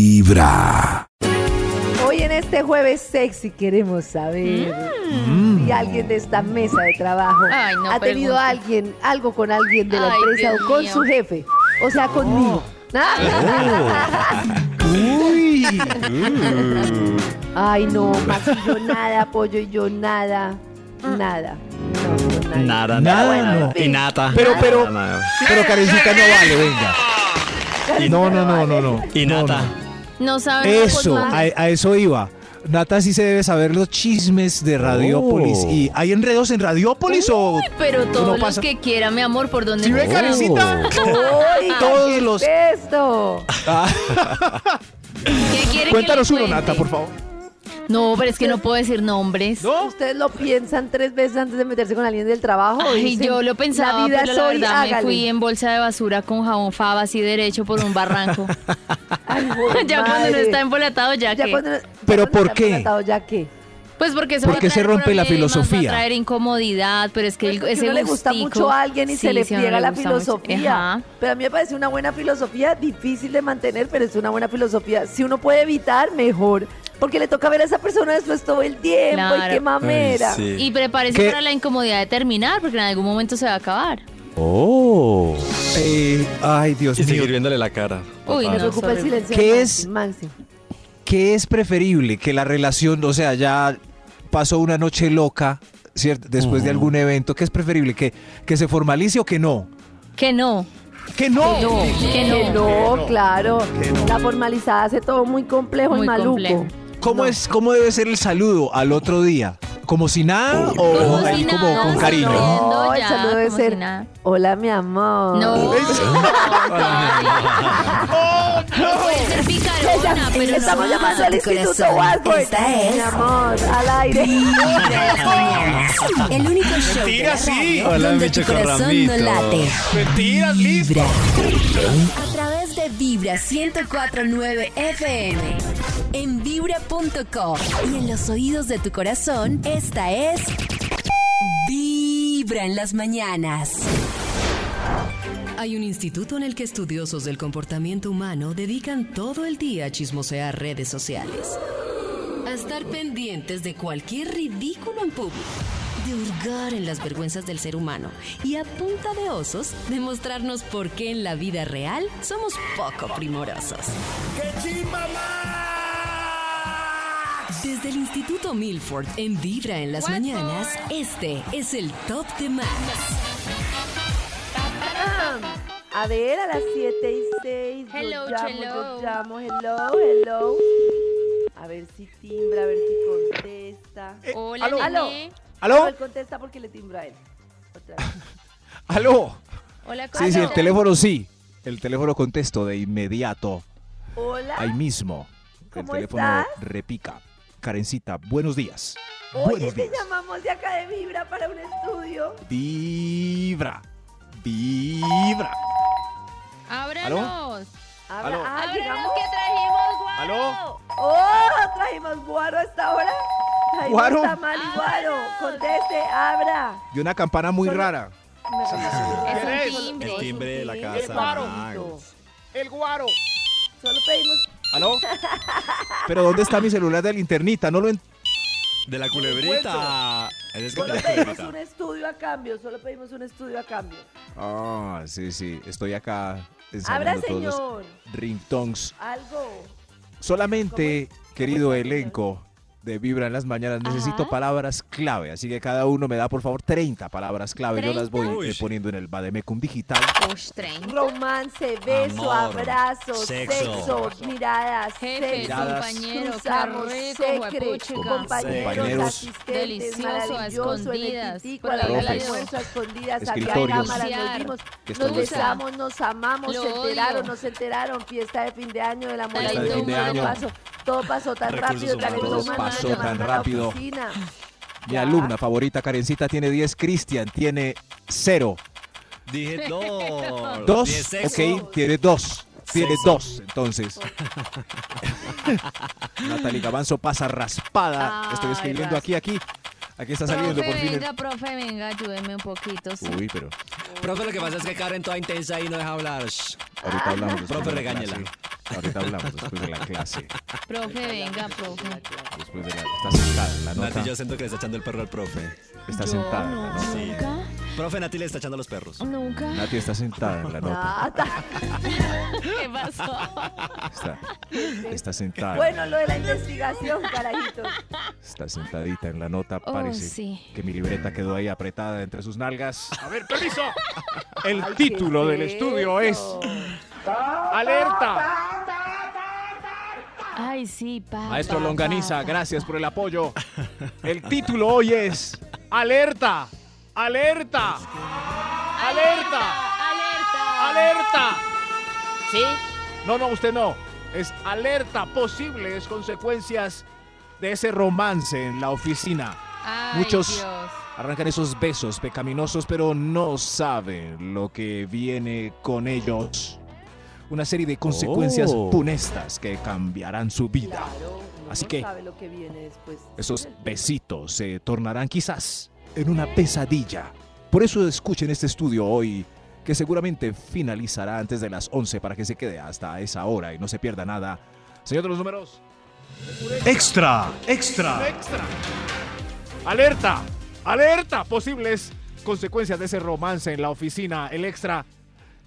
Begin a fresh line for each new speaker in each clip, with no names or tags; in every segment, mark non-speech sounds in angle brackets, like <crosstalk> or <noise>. vibra.
Hoy en este jueves sexy queremos saber
Mm.
si alguien de esta mesa de trabajo
Ay, no
ha tenido
pregunte.
alguien, algo con alguien de la
Ay,
empresa
Dios
o con
mío.
su jefe, o sea, conmigo.
Oh.
¿Ah?
<laughs> ¿Eh? Uy.
Ay, no, Max, y yo nada, pollo, y yo nada, nada. No, no, nada.
Nada,
Nada, no.
Y nada.
Pero, pero,
Nada.
pero Karencita no vale, venga. No, no, no, no, no.
Y
No,
nada.
no.
No saben
Eso, a, a eso iba. Nata sí se debe saber los chismes de Radiopolis.
Oh.
¿Y hay enredos en Radiopolis o
Pero todos los
pasa.
que quiera, mi amor, por donde
¿Sí ve,
sea.
Karencita?
Oiga,
<laughs> Todos
¿qué
los-
es esto?
¿Qué quiere
Cuéntanos
que le
uno, Nata,
cuente?
por favor.
No, pero es que no puedo decir nombres.
¿No?
¿Ustedes lo piensan tres veces antes de meterse con alguien del trabajo?
Ay,
Dicen,
yo lo pensaba,
La vida
pero
es
la
hoy,
verdad me
hágale".
fui en bolsa de basura con jabón fava así derecho por un barranco. <laughs>
Ay, joder,
ya cuando no
madre.
está embolatado, ya,
Ya
que.
cuando no- ya
¿Pero
cuando
por
está
qué?
embolatado, ¿Ya qué?
Pues porque eso
¿Por
va a
qué se
traer
rompe la
problemas,
filosofía?
Va a traer incomodidad, pero es que el-
Porque
ese
Pues, uno le gusta
gustico-
mucho a alguien y se
Sí,
le
sí, a uno
friega la
gusta mucho.
filosofía.
Ajá.
Pero a mí me parece una buena filosofía, difícil de mantener, pero es una buena filosofía. Si uno puede evitar, mejor. Porque le toca ver a esa persona después todo el tiempo y
Claro.
qué mamera.
Y prepárese
¿Qué?
para la incomodidad de terminar, porque en algún momento se va a acabar.
Oh.
Eh, ay, Dios
Y seguir
mío.
viéndole la cara. por
Uy,
Me
favor.
no.
preocupa el silencio.
¿Qué
de
es?
Maxi, Maxi.
¿Qué es preferible? Que la relación, o sea, ya pasó una noche loca, ¿cierto? Después de algún evento. ¿Qué es preferible? ¿Que, que se formalice o que no?
Que no,
¡Que no!
que no, que
Que
no.
no, claro. La formalizada hace todo muy complejo y
Muy
maluco.
complejo.
¿Cómo, es, ¿Cómo debe ser el saludo al otro día? ¿Como si nada o
Como si
ahí
nada,
como con cariño?
sonriendo.
No,
Ah,
el
ya,
saludo debe
como si
ser.
nada.
Hola, mi amor.
No.
<laughs>
No puede ser picarona, pero no
Estamos
más.
llamando al Instituto Walford.
Esta es-
Mi amor, al aire.
Vibra en las mañanas. El único show de la
Mentira, sí.
radio
Hola,
donde
mi
tu corazón no
chocorramito.
late.
Mentiras,
Vibra. A través de Vibra 104.9 FM. En vibra.com. Y en los oídos de tu corazón, esta es... Vibra en las mañanas.
Hay un instituto en el que estudiosos del comportamiento humano dedican todo el día a chismosear redes sociales. A estar pendientes de cualquier ridículo en público. De hurgar en las vergüenzas del ser humano. Y a punta de osos, demostrarnos por qué en la vida real somos poco primorosos. Desde el Instituto Milford, en Vibra en las Mañanas, este es el Top de Más.
A ver, a las 7 y 6.
Hello,
yo llamo,
hello.
Yo llamo, hello, hello. A ver si timbra, a ver si contesta. Oh,
Hola,
Eh, aló.
nene.
No,
¿Aló?
él contesta porque le timbra a él. Otra vez.
¿Aló?
Hola, ¿cómo
Sí, sí, el
estás?
teléfono sí. El teléfono contesto de inmediato,
Hola.
ahí mismo. El
¿Cómo
teléfono
estás?
repica. Karencita, buenos días.
Oye,
buenos
te
días.
llamamos de acá de Vibra para un estudio.
Vibra. Vibra.
Ábranos.
Habla-
Aló.
Ah,
Ábranos
llegamos.
que trajimos guaro.
¿Aló?
¡Oh! Trajimos guaro hasta ahora. Trajimos
¿Guaro?
tamal
Ah,
y guaro.
Ábranos.
Conteste, abra.
Y una campana muy
Solo-
rara.
<laughs>
Es un
Es un
timbre.
El timbre de la
timbre,
casa.
guarito. Solo pedimos.
¿Aló? ¿Pero dónde está mi celular de linternita? No lo entiendo.
De la culebrita. Es que
Solo
la
pedimos
culebrita.
un estudio a cambio, solo pedimos un estudio a cambio.
Ah, sí, sí. Estoy acá
Abra,
ensamblando todos los
señor,
ringtones.
algo.
Solamente,
¿Cómo
querido
es, señor?
elenco de Vibra en las mañanas, necesito
Ajá.
palabras clave. Así que cada uno me da, por favor, 30 palabras clave. Yo las voy eh,
Uy.
poniendo en el Bademecum Digital.
Ush, tren.
Romance, beso,
Amor,
abrazo, sexo,
sexo.
miradas,
Jefe,
sexo.
Miradas.
compañero,
cruzamos,
carrico,
secre,
huepuchica.
compañeros,
Compañeros.
asistentes,
Delicioso,
maravilloso, en el
escondidas,
titico, a la hora del
profes,
almuerzo, a escondidas, había
escritorios,
cámaras, nos
Negociar.
vimos,
que
nos
estamos-
besamos, nos amamos,
Lo
se enteraron,
odio.
nos enteraron, fiesta de fin de año, del amor,
Fiesta
al
de fin de
mundo,
año.
pasó, todo pasó tan
Recursos
rápido, recursos
humanos.
Todo
humanos,
pasó
llamaron
tan
a la
rápido.
oficina.
Mi
Ya.
alumna favorita, Karencita, tiene 10. Cristian tiene 0.
Dije dos.
2.
Diez sexo.
Ok, tiene 2. Tiene 2, entonces. <laughs> Natalie Gavanzo pasa raspada. Estoy
Ay,
escribiendo
ras-
aquí, aquí. Aquí está saliendo
Profe,
por fin. el-
venga, profe, venga, ayúdeme un poquito. sí.
Uy, pero
Profe, lo que pasa es que Karen toda intensa y no deja hablar. Shh.
ahorita hablamos.
Profe, regáñela.
Ahorita hablamos después de la clase.
Profe, venga, profe.
Después de la, está sentada en la nota.
Nati, yo siento que le está echando el perro al profe.
Está
Yo
sentada en la
no,
nota.
nunca,
Profe, Nati le está echando a los perros.
nunca.
Nati está sentada en
<laughs>
la nota.
Nata.
¿Qué pasó?
Está, está sentada.
Bueno, lo de la investigación, carajitos.
Está sentadita en la nota.
Oh,
Parece
sí.
que mi libreta quedó ahí apretada entre sus nalgas.
A ver,
<laughs>
permiso. El
Ay, ¿qué
título del estudio es
eso?
Alerta.
Ay, sí, pa.
Maestro
pa, pa,
Longaniza,
pa.
gracias por el apoyo. El título hoy es Alerta. Alerta. Alerta.
¡Alerta!
Alerta.
¿Sí?
No, no, usted no. Es alerta posibles consecuencias de ese romance en la oficina.
Ay,
Muchos-
Dios.
Arrancan esos besos pecaminosos, pero no saben lo que viene con ellos. Una serie de consecuencias
Oh.
punestas que cambiarán su vida.
Claro, uno
Así
no
que-
sabe lo que viene después.
Esos besitos se tornarán quizás en una pesadilla. Por eso escuchen este estudio hoy, que seguramente finalizará antes de las 11 para que se quede hasta esa hora y no se pierda nada. Señor de los números,
Extra, extra. Extra. Alerta. Alerta posibles consecuencias de ese romance en la oficina. El extra.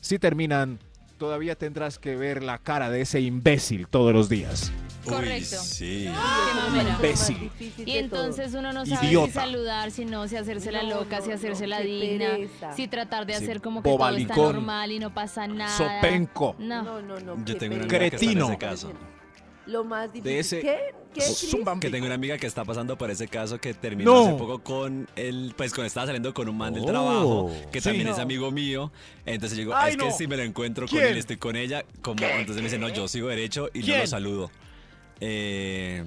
si terminan, todavía tendrás que ver la cara de ese imbécil todos los días.
Correcto.
Uy, sí.
Qué mamera.
imbécil.
Y entonces uno no sabe si
Idiota.
saludar, si no, si hacerse la
No,
loca,
no,
si hacerse
no,
la
qué
digna,
pereza.
si tratar de
Sí,
hacer como que todo está
bobalicón.
normal y no pasa nada.
Sopenco.
No. <laughs>
No, no, no.
Yo
qué
tengo una
pena.
amiga que está en
Cretino.
ese caso.
Lo más difícil.
ese-
¿Qué? ¿Qué? Cris?
Que tengo una amiga que está pasando por ese caso que terminó
No.
hace poco con el, pues con estaba saliendo con un man del
Oh.
trabajo, que
Sí.
también es
No.
amigo mío. Entonces yo digo,
Ay,
es
no.
que si me lo encuentro
¿Quién?
con él, estoy con ella, como entonces me dice, no, yo sigo derecho y
¿Quién?
no lo saludo. Eh,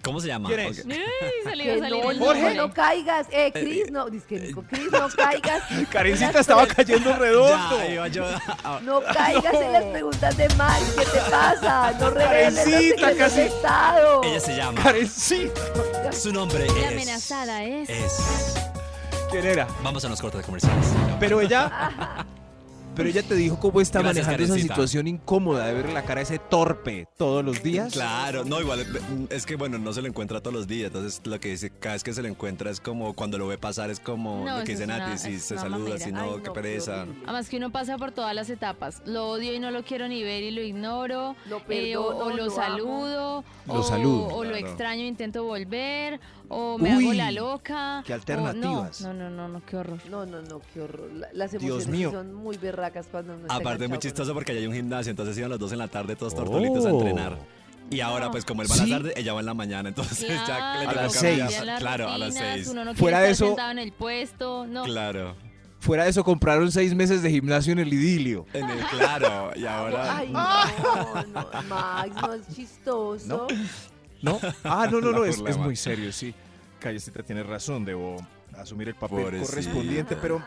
¿Cómo se llama?
¿Quién es?
Ok.
Ay, se le iba
Que
a salir
no,
el
no,
nombre.
no caigas. Eh, Cris, no. Dice que Nico, Cris, no caigas. En las pre-
cayendo
Ya, iba yo <laughs> a- a-
No caigas en las preguntas de Mari. ¿Qué te pasa? No reveles los
Karencita,
secretos
casi.
de Estado.
Ella se llama.
<laughs>
Karencita.
Su nombre es.
La amenazada es.
es-
¿Quién era?
Vamos a los cortes comerciales.
Pero ella. Pero ella te dijo cómo está
Gracias,
manejando esa
Karencita.
situación incómoda de ver la cara de ese torpe todos los días.
Claro,
<laughs>
no, igual mm, es que bueno, no se lo encuentra todos los días, entonces lo que dice, cada vez que se lo encuentra es como cuando lo ve pasar, es como
No,
lo que
eso
dice
es una-
Nati, si
es
se
una
saluda,
mamera.
si
Ay,
no,
no,
qué
qué
pereza.
horrible.
Además que uno pasa por todas las etapas. Lo odio y no lo quiero ni ver y lo ignoro.
Lo
eh, o, o
perdono,
lo
lo
saludo.
Lo
o,
saludo,
O lo
claro.
extraño, intento volver. O me
Uy,
hago la loca.
qué
o-
alternativas.
no, no, no, no, qué horror.
No, no, no, qué horror. La- Las
Dios
emociones sí
mío.
son muy berracas cuando uno está
Aparte es muy
enganchado con
chistoso
otra.
porque allá hay un gimnasio, entonces iban los dos en la tarde todos tortolitos a
Oh.
entrenar. Y ahora
No.
pues como él va a la
Sí.
tarde, ella va en la mañana, entonces <laughs> ya le
A
toca
las
cambiar.
seis.
Claro, a las seis.
Uno no quiere
Fuera de
estar
eso-
sentado en el puesto. No.
Claro.
Fuera de eso, compraron seis meses de gimnasio en el idilio.
En el- claro, y ahora
Ay, no, no, Max, no es chistoso.
<laughs> ¿No? Ah, no, no,
La
no, es,
burla,
es
ma.
muy serio, sí. Callecita tiene razón, debo asumir el papel
Pobrecita.
correspondiente, pero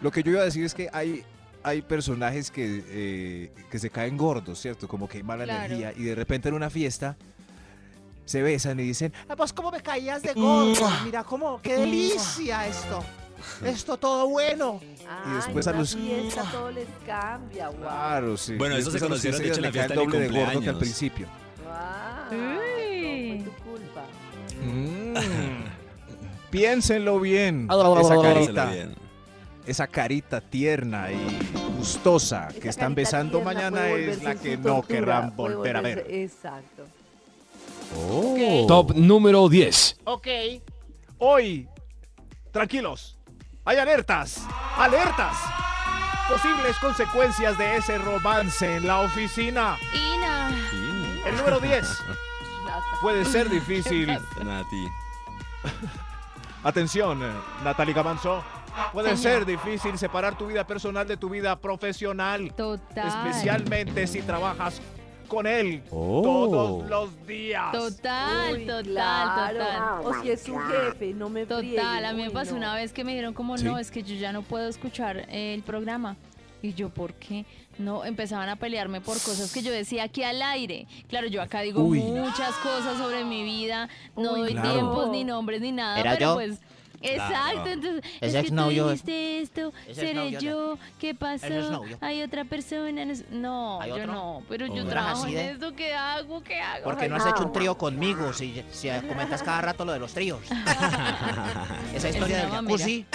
lo que yo iba a decir es que hay, hay personajes que, eh, que se caen gordos, ¿cierto? Como que hay mala
Claro.
energía y de repente en una fiesta se besan y dicen,
Ah, Pues cómo me caías de gordo. Mira cómo, qué delicia
<laughs>
esto. Esto todo bueno.
Ay,
después a
una
los-
fiesta todo les cambia, wow.
Ah.
claro, sí.
Bueno,
Y
eso se
después a los
conocieron,
15
de hecho, en la
días le cae
fiesta
el
de mi
doble de gordo que al
cumpleaños.
principio.
Wow,
Uy.
no fue tu culpa.
<laughs> Piénsenlo bien. Esa
Mm. Piénselo
carita,
bien.
esa carita tierna y gustosa que
Esa
están
carita
besando
tierna
mañana
puede
es
volverse
la
en
que
su
no
tortura,
querrán
puede
volver a ver.
volverse- Exacto.
Oh.
Top número 10.
Ok.
Hoy, tranquilos, hay alertas, alertas. Posibles consecuencias de ese romance en la oficina.
Ina.
Sí,
El número 10.
<laughs>
Puede ser difícil.
Nati.
Atención, Natalia Gamanzo. Puede
Señor.
ser difícil separar tu vida personal de tu vida profesional,
Total.
especialmente si trabajas con él
Oh.
todos los días.
Total,
Uy,
total,
claro. Oh,
total.
O si es un jefe, no me
Total,
friegue.
a mí me
Uy,
pasó
no. <laughs>
una vez que me dijeron como,
Sí.
no, es que yo ya no puedo escuchar eh, el programa. Y yo, ¿por qué? No, empezaban a pelearme por cosas que yo decía aquí al aire. Claro, yo acá digo
Uy.
muchas cosas sobre mi vida, no
Uy,
doy
claro.
tiempos, ni nombres, ni nada,
¿Era
pero
yo?
pues Exacto,
Claro.
entonces
Ese
es que tú
exnovio-
dijiste esto,
ese
seré
exnovio de-
yo, ¿qué
Ese
pasó?
exnovio.
Hay otra persona, no, sé- no,
¿Hay
yo
otro?
no, pero yo
Hombre.
trabajo
Así
en
de-
esto, ¿qué hago? ¿Qué hago?
Porque no has hecho un trío conmigo si, si comentas cada rato lo de los
<laughs>
tríos. Esa historia
Es
del
una
jacuzzi.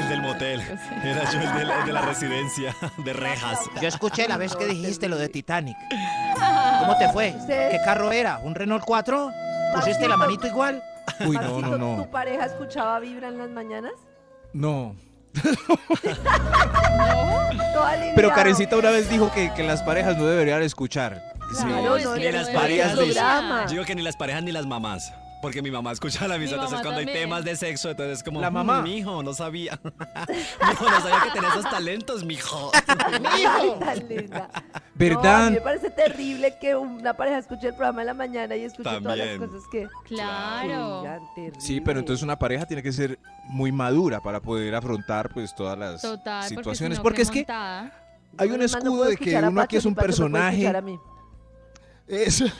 El del motel. Era yo el de la, el de la residencia de rejas.
Yo escuché la
<laughs>
vez que dijiste lo de Titanic. ¿Cómo te fue?
Ustedes-
¿Qué carro era? ¿Un Renault 4? ¿Pusiste la manito igual?
Uy, no, no,
Maxito,
no.
¿Tu pareja escuchaba Vibra en las mañanas?
No.
Todo aliviado.
Pero Karencita una vez dijo que, que las parejas no deberían escuchar. Sí.
Claro, no,
Ni
no,
las
no, no,
parejas,
no,
Liz.
programa.
Yo digo que ni las parejas ni las mamás. Porque mi mamá escucha la misa,
Mi
entonces
mamá
cuando hay
también.
temas de sexo, entonces es como. "Mm,
La mamá.
Mi hijo, no sabía. <laughs> mijo, no sabía que tenía esos talentos, mijo.
Ay, tan linda. No, a
¿Verdad?
mí me parece terrible que una pareja escuche el programa de la mañana y escuche todas las
También.
cosas que.
Claro,
Oigan, terrible.
Sí, pero entonces una pareja tiene que ser muy madura para poder afrontar pues todas las
total,
situaciones.
porque,
Porque,
si no, qué
es que
montada.
hay
Yo
un
nomás no
escudo
puedo
de que
escuchar a
uno aquí
Pacho,
es
ni
un
Pacho me puede
personaje.
escuchar a mí.
Eso. <laughs>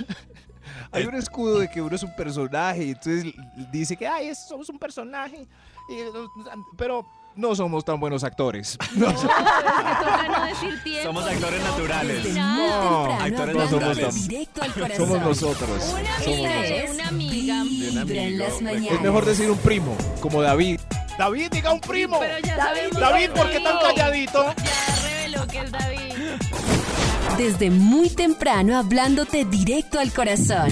Hay un escudo de que uno es un personaje y entonces l- dice que, ay, es- somos un personaje, y, uh, pero no somos tan buenos actores. No,
No, pero es que toca no decir tiempo.
Somos actores naturales.
Desde
No.
muy temprano
actores
hablamos
naturales.
directo al corazón.
somos nosotros.
Una
Somos
amiga
nosotros.
de una amiga.
Vibra en las mañanas.
Es mejor decir un primo, como David. David, diga un primo.
Pero ya
David,
sabemos
David,
que
¿por
es
qué tan
David.
calladito?
Ya reveló que es David.
Desde muy temprano hablándote directo al corazón.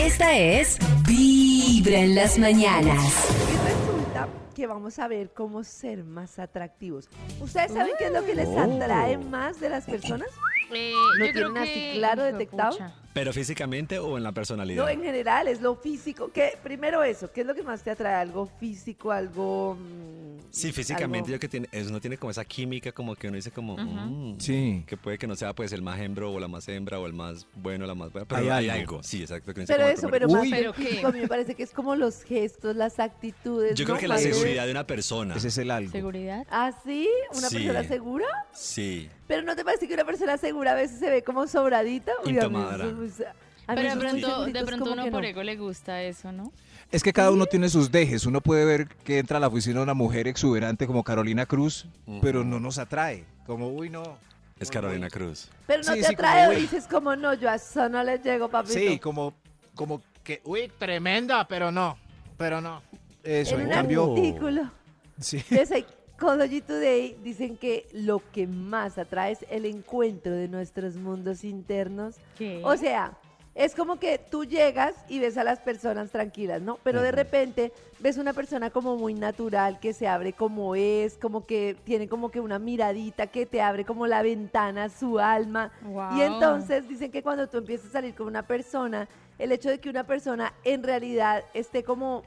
Esta es Vibra en las mañanas.
Y resulta que vamos a ver cómo ser más atractivos. ¿Ustedes saben qué es lo que les
Oh.
atrae más de las personas?
Eh,
¿Lo
yo creo
tienen así
que-
claro,
Hijo de
detectado?
pucha.
Pero físicamente o en la personalidad.
No, en general, es lo físico. ¿Qué? Primero eso, ¿qué es lo que más te atrae? ¿Algo físico, algo...? mm,
Sí, físicamente
algo-
yo que tiene, es- uno tiene como esa química como que uno dice como, "Mm",
Sí.
que puede que no sea pues el más hembro o la más hembra o el más bueno o la más buena, pero
Hay
hay,
algo.
algo. Sí, exacto. que uno dice
Pero
como,
eso,
como-
pero
Uy.
más que
¿Pero qué?
físico, a mí me parece que es como los gestos, las actitudes.
Yo
¿no?
creo que la
Más-
seguridad de una persona.
Ese es el algo.
¿Seguridad?
¿Ah, sí? ¿Una
Sí.
persona segura?
Sí.
Pero ¿no te parece que una persona segura a veces se ve como sobradita? a mí
Intomada.
eso- o sea, a mí
Pero de
esos
pronto, de
sentimientos
pronto
como
uno
que no.
por ego le gusta eso, ¿no?
Es que cada uno tiene sus dejes. Uno puede ver que entra a la oficina una mujer exuberante como Carolina Cruz, pero no nos atrae. Como, uy, no.
Es Carolina Cruz.
Pero no
Sí,
te
sí, como
atrae o
güey.
dices como, no, yo a eso no le llego, papito.
Sí, como, como que, uy, tremenda, pero no. Pero no. Eso,
en
en
un
cambio.
artículo <laughs>
Sí.
de Psychology Today dicen que lo que más atrae es el encuentro de nuestros mundos internos.
¿Qué?
O sea, es como que tú llegas y ves a las personas tranquilas, ¿no? Pero de repente ves una persona como muy natural, que se abre como es, como que tiene como que una miradita que te abre como la ventana a su alma. Y
Guau.
entonces dicen que cuando tú empiezas a salir con una persona, el hecho de que una persona en realidad esté como,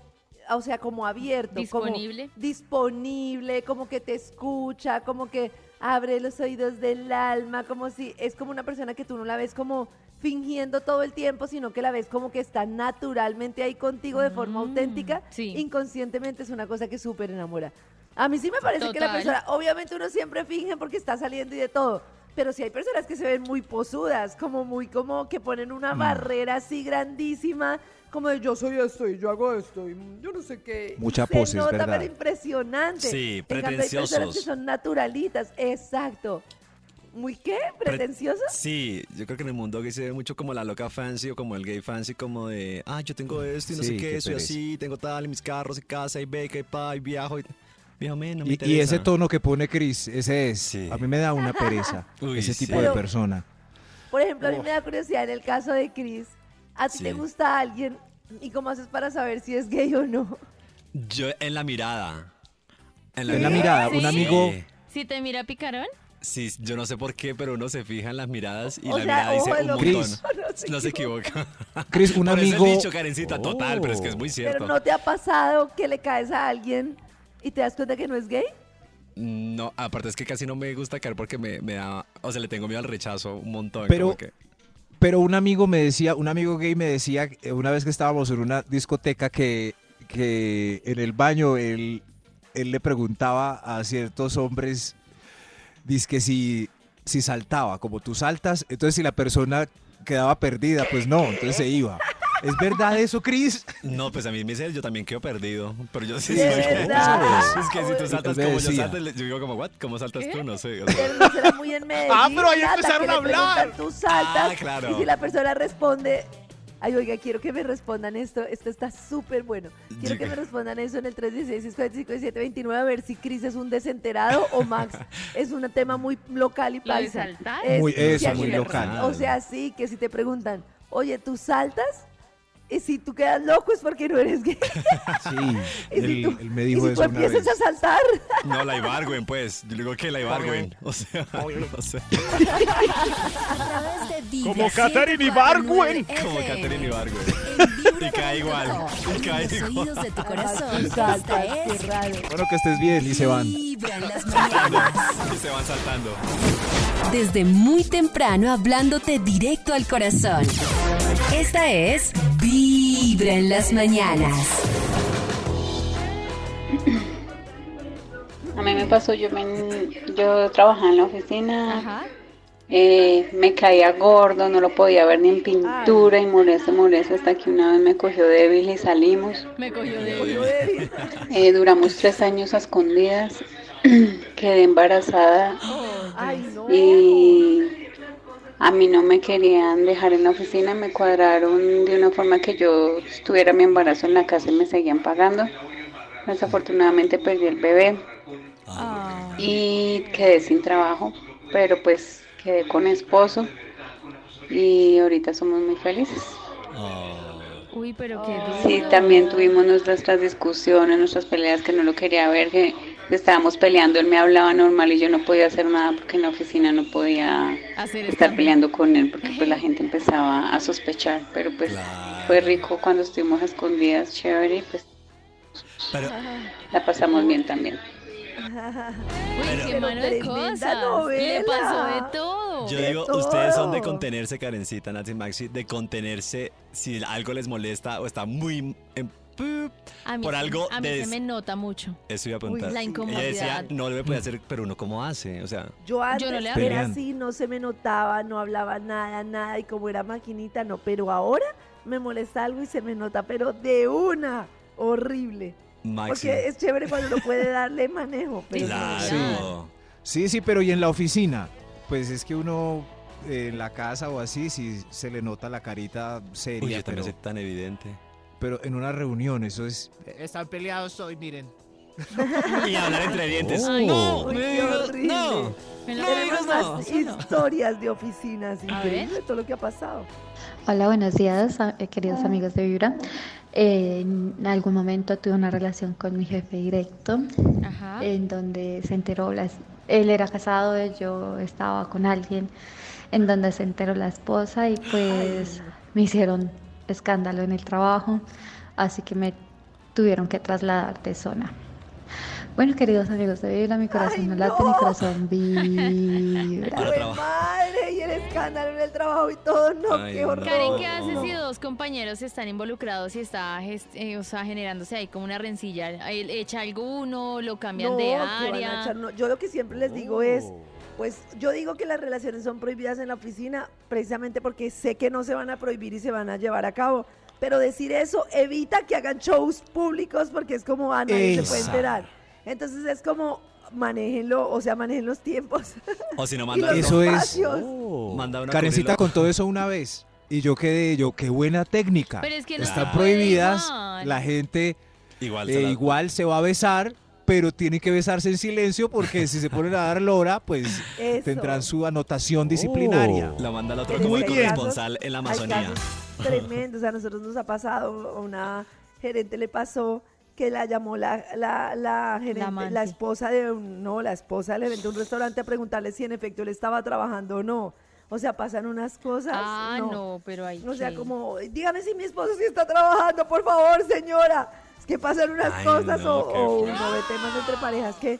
o sea, como abierto,
Disponible.
como disponible, como que te escucha, como que abre los oídos del alma, como si es como una persona que tú no la ves como fingiendo todo el tiempo, sino que la ves como que está naturalmente ahí contigo de forma
Mm,
auténtica,
sí.
inconscientemente es una cosa que súper enamora. A mí sí me parece que la
Total.
persona, obviamente uno siempre finge porque está saliendo y de todo, pero sí hay personas que se ven muy posudas, como muy como que ponen
Mm.
una barrera así grandísima, como de yo soy esto y yo hago esto y yo no sé qué. Y
Mucha
se
pose, es
nota,
verdad.
pero impresionante. En
Sí,
cambio, hay personas que
pretenciosos.
son naturalitas, exacto. ¿Muy qué? ¿Pretenciosas?
Sí, yo creo que en el mundo gay se ve mucho como la loca fancy o como el gay fancy, como de, ah, yo tengo esto y no
Sí,
sé
qué
qué, soy
pereza.
así, tengo tal, y mis carros y casa y beca y pa, y viajo y... Viejo, men, no me
Y, y ese
interesa.
tono que pone Chris, ese es.
Sí.
A mí me da una pereza.
<laughs> Uy,
ese
sí.
tipo de
Pero-
persona.
Por ejemplo, a mí me da curiosidad en el caso de Chris. ¿A ti
Sí.
te gusta alguien? ¿Y cómo haces para saber si es gay o no?
Yo en la mirada.
En la mirada, un
Sí.
amigo.
Sí.
Si te mira picarón,
Eh, Sí, yo no sé por qué, pero uno se fija en las miradas y
O sea,
la mirada dice
ojo de
un
loco.
montón.
Gris.
No se equivoca.
Chris, un
Por eso el
amigo.
dicho, Karencita, total, pero es que es muy cierto.
¿Pero no te ha pasado que le caes a alguien y te das cuenta que no es gay?
No, aparte es que casi no me gusta caer porque me, me da. O sea, le tengo miedo al rechazo un montón.
Pero-
como que-
Pero un amigo me decía, un amigo gay me decía eh, una vez que estábamos en una discoteca que, que en el baño él, él le preguntaba a ciertos hombres, dice que si, si saltaba, como tú saltas, entonces si la persona quedaba perdida, pues no, entonces se iba. ¿Es verdad eso,
<laughs>
Cris?
No, pues a mí me dice, yo también quedo perdido. Pero yo sí
¿De
soy como-
verdad?
Es que si tú saltas
Me
como yo
decía.
salto, le- yo digo como, ¿what? ¿Cómo saltas tú? No sé. o sea,
Pero no será muy en Medellín.
Ah, pero ahí
Nata,
empezaron
que
a
le preguntan,
hablar.
Tú saltas.
Ah, claro.
Y si la persona responde, ay, oiga, quiero que me respondan esto. Esto está súper bueno. Quiero que me respondan eso en el 316-645-1729. A ver si Cris es un desenterado o Max es un tema muy local y
Lo de
paisa.
saltar.
Es-
Muy
si
eso,
aquí
muy
le-
local.
O sea, sí, que si te preguntan, oye, ¿tú saltas? Y si tú quedas loco es porque no eres gay.
<laughs> Sí,
Y si
él,
tú-
él me
Y
dijo
si tú
eso una
empiezas
vez.
a saltar,
No, la Ibargüen, pues. Yo le digo que la Ibargüen. O sea, <laughs> no sé.
A través de Vibra
Como
104.9
Katherine Ibargüen.
Como
FM.
Catherine Ibargüen.
En vibra
Y cae
punto
igual,
com.
y cae
En los
igual.
oídos de tu
tú
corazón.
saltas,
Esta
qué
es
raro.
Bueno, que estés bien, y se van.
Vibra en las mañanas.
Y se van saltando.
Desde muy temprano hablándote directo al corazón. Esta es Vibra en las mañanas.
A mí me pasó, yo, me, yo trabajaba en la oficina,
Ajá.
eh, me caía gordo, no lo podía ver ni en pintura y molesta, molesta, hasta que una vez me cogió débil y salimos.
Me cogió
Oye,
de.
David,
Eh, duramos tres años a escondidas, <clears throat> quedé embarazada
Ay, no.
y a mí no me querían dejar en la oficina, me cuadraron de una forma que yo estuviera mi embarazo en la casa y me seguían pagando. Desafortunadamente perdí el bebé.
Ah.
y quedé sin trabajo, pero pues quedé con esposo y ahorita somos muy felices.
Uy, pero qué duro.
Sí, también tuvimos nuestras discusiones, nuestras peleas que no lo quería ver, que estábamos peleando, él me hablaba normal y yo no podía hacer nada porque en la oficina no podía
Hacer
estar
stand-up.
peleando con él porque pues la gente empezaba a sospechar, pero pues fue rico cuando estuvimos a escondidas, chévere, y pues
Pero,
la pasamos bien también.
Uy, qué
Pero
mano de
tremenda
cosas. Le
novela.
pasó de todo.
Yo
De
digo, ustedes son de
todo.
contenerse, Karencita, Nati Maxi, de contenerse si algo les molesta o está muy... en- pup,
A mí,
por
se-
algo
a mí
de-
se me nota mucho.
Eso iba a preguntar.
la
Ella decía,
incomodidad.
no lo voy a hacer, pero uno cómo hace, o sea...
Yo antes
no le hablo.
era
Pelean.
así, no se me notaba, no hablaba nada, nada, y como era maquinita, no, pero ahora me molesta algo y se me nota, pero de una, horrible.
Maxi.
Porque es chévere cuando uno puede darle manejo, pero
Claro.
Sí, sí, pero ¿y en la oficina? Pues es que uno eh, en la casa o así, si se le nota la carita
Uy,
seria,
yo
pero,
también soy tan evidente.
pero en una reunión eso es...
Están peleados hoy, miren.
<laughs> Y hablar entre dientes.
Oh.
Ay,
no,
uy,
me
qué
digas-
horrible.
no.
Me
No
lo-
digas
tenemos
no.
más historias de oficinas,
A
increíble todo lo que ha pasado.
Hola, buenos días, a- eh, queridos amigos de Vibra. Eh, en algún momento tuve una relación con mi jefe directo,
Ajá.
en donde se enteró, las, él era casado, yo estaba con alguien, en donde se enteró la esposa y pues me hicieron escándalo en el trabajo, así que me tuvieron que trasladar de zona. Bueno, queridos amigos de Vibra, mi corazón
Ay,
no late, mi
no.
corazón
<laughs>
vibra.
Para
¡Jue
trabajar.
madre! Y el escándalo en el trabajo y todo, no,
Ay,
qué
no.
horror.
Karen, ¿qué
No.
haces si dos compañeros están involucrados y está gest- eh, o sea, generándose ahí como una rencilla? Él echa alguno, lo cambian
No,
de
que van a echar-
área.
no. Yo lo que siempre les digo es,
Oh.
pues yo digo que las relaciones son prohibidas en la oficina precisamente porque sé que no se van a prohibir y se van a llevar a cabo. Pero decir eso evita que hagan shows públicos porque es como, ah, nadie se puede
Exacto.
enterar. Entonces es como, manéjenlo, o sea, manejen los tiempos <laughs>
O si no
y
manda,
los
Eso es- Oh.
espacios.
manda una
Karencita
currícula-
con todo eso una vez. Y yo quedé, yo, qué buena técnica.
Pero es que no
Están
se puede
prohibidas,
dejar.
la gente
Igual,
eh,
se la-
igual se va a besar, pero tiene que besarse en silencio porque si se ponen a dar lora, pues
Eso.
tendrán su anotación disciplinaria.
la manda al otro
Muy
como el
bien.
corresponsal en la
Hay
Amazonía.
casos Tremendos, a nosotros nos ha pasado, a una gerente le pasó que la llamó la, la, la gerente- la
amante.
esposa de un, no, la esposa del gerente de un restaurante a preguntarle si en efecto él estaba trabajando o no. O sea, pasan unas cosas.
Ah, no, pero ahí.
O sea,
qué.
como, dígame si mi esposo sí está trabajando, por favor, señora. Es que pasan unas
Ay,
cosas
no,
o,
qué
o
fuerte.
uno ve temas entre parejas que eh,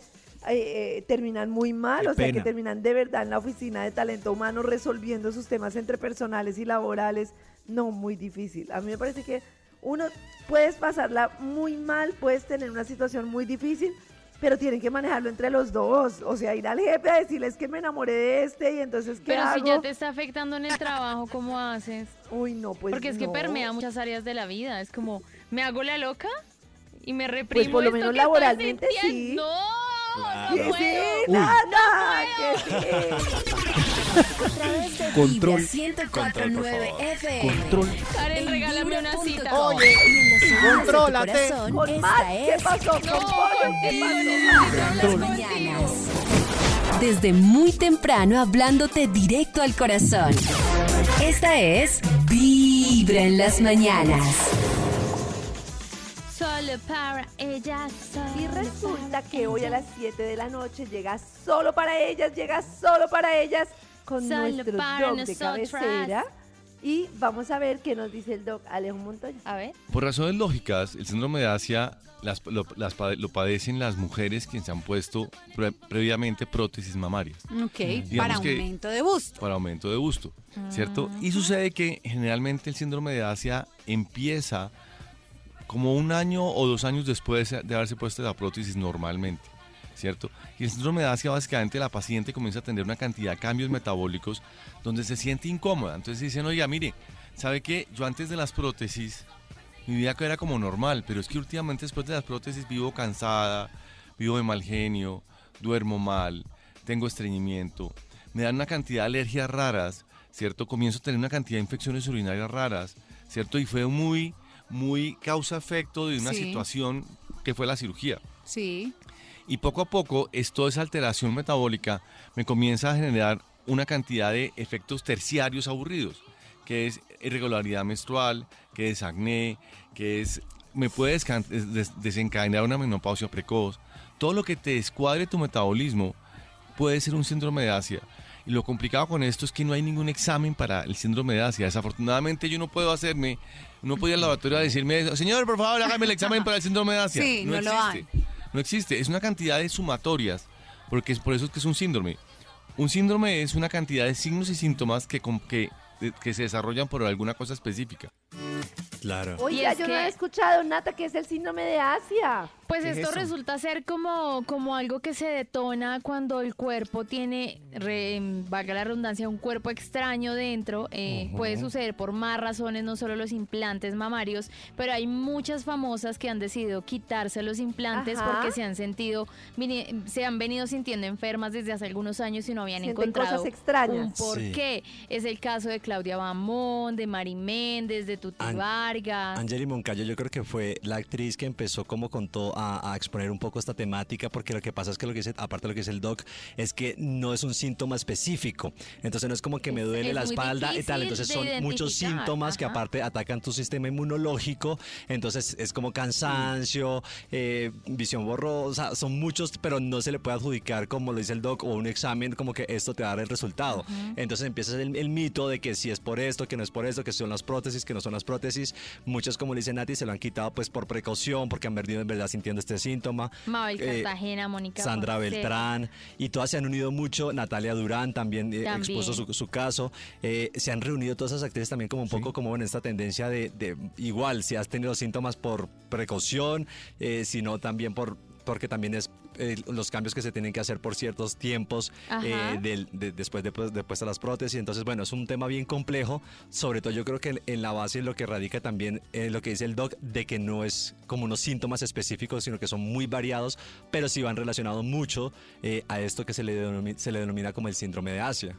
eh, terminan muy mal,
Qué
o sea, que
pena.
terminan de verdad en la oficina de talento humano resolviendo sus temas entre personales y laborales. No, muy difícil. A mí me parece que uno puedes pasarla muy mal, puedes tener una situación muy difícil, pero tienen que manejarlo entre los dos. O sea, ir al jefe a decirles que me enamoré de este y entonces, ¿qué
Pero
hago?
si ya te está afectando en el trabajo, ¿cómo haces?
Uy, no, pues
Porque es que
no.
permea muchas áreas de la vida. Es como, ¿me hago la loca? Y me reprimo.
Pues por lo
esto
menos
que estoy
laboralmente sí.
sintiendo.
Que
puedo.
sí,
Uy.
nada, que
de
Control.
Vibra 1049 FM.
Control.
Karen,
En
regálame una
vibra.com.
cita.
Oye, y en los oídos de tu
contrólate.
corazón,
Con
esta
Max, ¿qué
es
pasó? Con
No,
Pollo, ¿qué
contigo,
pasó?
necesito hablar
Control.
contigo.
Desde muy temprano hablándote directo al corazón. Esta es Vibra en las mañanas.
Solo para ella, solo
Y resulta que hoy a las 7 de la noche llega solo para ellas, llega solo para ellas con
Solo
nuestro
para
doc de
nosotras.
cabecera. Y vamos a ver qué nos dice el doc Alejo Montoya.
A ver.
Por razones lógicas, el síndrome de Asia las- lo, las pade- lo padecen las mujeres quienes se han puesto pre- previamente prótesis mamarias.
Ok,
Digamos
para
que-
aumento de busto.
Para aumento de gusto, ¿cierto? Y sucede que generalmente el síndrome de Asia empieza como un año o dos años después de haberse puesto la prótesis normalmente, ¿cierto? Y el síndrome de Asia básicamente la paciente comienza a tener una cantidad de cambios metabólicos donde se siente incómoda. Entonces dicen, oiga, mire, ¿sabe qué? Yo antes de las prótesis, mi vida era como normal, pero es que últimamente después de las prótesis vivo cansada, vivo de mal genio, duermo mal, tengo estreñimiento, me dan una cantidad de alergias raras, ¿cierto? Comienzo a tener una cantidad de infecciones urinarias raras, ¿cierto? Y fue muy, muy causa-efecto de una
Sí.
situación que fue la cirugía.
Sí.
Y poco a poco, esto, esa alteración metabólica me comienza a generar una cantidad de efectos terciarios aburridos, que es irregularidad menstrual, que es acné, que es me puede descan- des- desencadenar una menopausia precoz. Todo lo que te descuadre tu metabolismo puede ser un síndrome de Asia. Y lo complicado con esto es que no hay ningún examen para el síndrome de Asia. Desafortunadamente yo no puedo hacerme, no puedo ir al laboratorio a decirme, señor, por favor, hágame el examen para el síndrome de Asia.
Sí, no lo
existe. No existe, es una cantidad de sumatorias, porque es por eso es que es un síndrome. Un síndrome es una cantidad de signos y síntomas que, com- que, que se desarrollan por alguna cosa específica. Claro.
Oiga,
es
yo no
que-
he escuchado, Nata, que es el síndrome de Asia.
Pues
¿Qué es
esto
eso?
resulta ser como, como algo que se detona cuando el cuerpo tiene, re- em, valga la redundancia, un cuerpo extraño dentro. eh,
Ujú.
Puede suceder por más razones, no solo los implantes mamarios, pero hay muchas famosas que han decidido quitarse los implantes
Ajá.
porque se han sentido, vini- se han venido sintiendo enfermas desde hace algunos años y no habían
Sienten
encontrado
cosas extrañas.
un por
Sí.
qué. Es el caso de Claudia Bamón, de Mari Méndez, de Tuti
An-
Ah.
Vargas.
Angeli Moncayo yo creo que fue la actriz que empezó como con todo a, a exponer un poco esta temática porque lo que pasa es que lo que dice, aparte de lo que dice el doc es que no es un síntoma específico entonces no es como que me duele
es
la
muy
espalda y
difícil
tal entonces
de
son muchos
identificar,
síntomas que
ajá.
aparte atacan tu sistema inmunológico entonces es como cansancio eh, visión borrosa son muchos pero no se le puede adjudicar como lo dice el doc o un examen como que esto te va a dar el resultado
Ujú.
entonces empieza el, el mito de que si es por esto, que no es por esto, que son las prótesis, que no son las prótesis. Muchos, como le dice Nati, se lo han quitado pues por precaución, porque han perdido en verdad sintiendo este síntoma.
Mabel
Eh,
Cartagena, Mónica
Sandra
Fonseca.
Beltrán y todas se han unido mucho. Natalia Durán también, eh,
También.
expuso su, su caso. Eh, se han reunido todas esas actrices también como un poco como en esta tendencia de, de igual, si has tenido síntomas por precaución, eh, sino también por porque también es eh, los cambios que se tienen que hacer por ciertos tiempos
Ajá.
eh, del- de- después de, pues, de puesta las prótesis. Entonces, bueno, es un tema bien complejo. Sobre todo yo creo que en, en la base lo que radica también eh, lo que dice el doc de que no es como unos síntomas específicos, sino que son muy variados, pero sí van relacionados mucho eh, a esto que se le, denomi- se le denomina como el síndrome de Asia.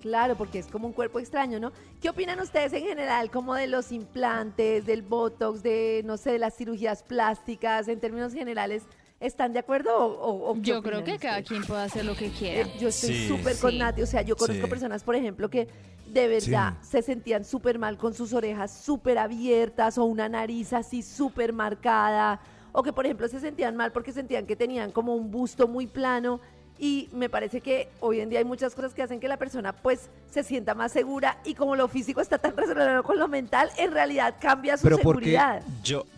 Claro, porque es como un cuerpo extraño, ¿no? ¿Qué opinan ustedes en general, como de los implantes, del botox, de, no sé, de las cirugías plásticas, en términos generales? ¿Están de acuerdo o, o- o qué
Yo creo
opinan
que cada quien puede hacer lo que quiera.
Eh, Yo estoy súper con Nati. O sea, yo conozco
Sí.
personas, por ejemplo, que de verdad se sentían súper mal con sus orejas súper abiertas o una nariz así súper marcada. O que, por ejemplo, se sentían mal porque sentían que tenían como un busto muy plano. Y me parece que hoy en día hay muchas cosas que hacen que la persona pues se sienta más segura y como lo físico está tan <laughs> relacionado con lo mental, en realidad cambia su
Pero porque,
seguridad.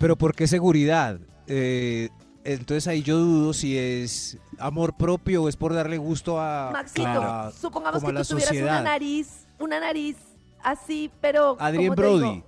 pero ¿por qué seguridad? Eh, entonces ahí yo dudo si es amor propio o es por darle gusto a,
Maxito,
a-
supongamos
como a
que
la
tú tuvieras
sociedad.
una nariz, una nariz así, pero
Adrien
¿cómo te digo?
Brody.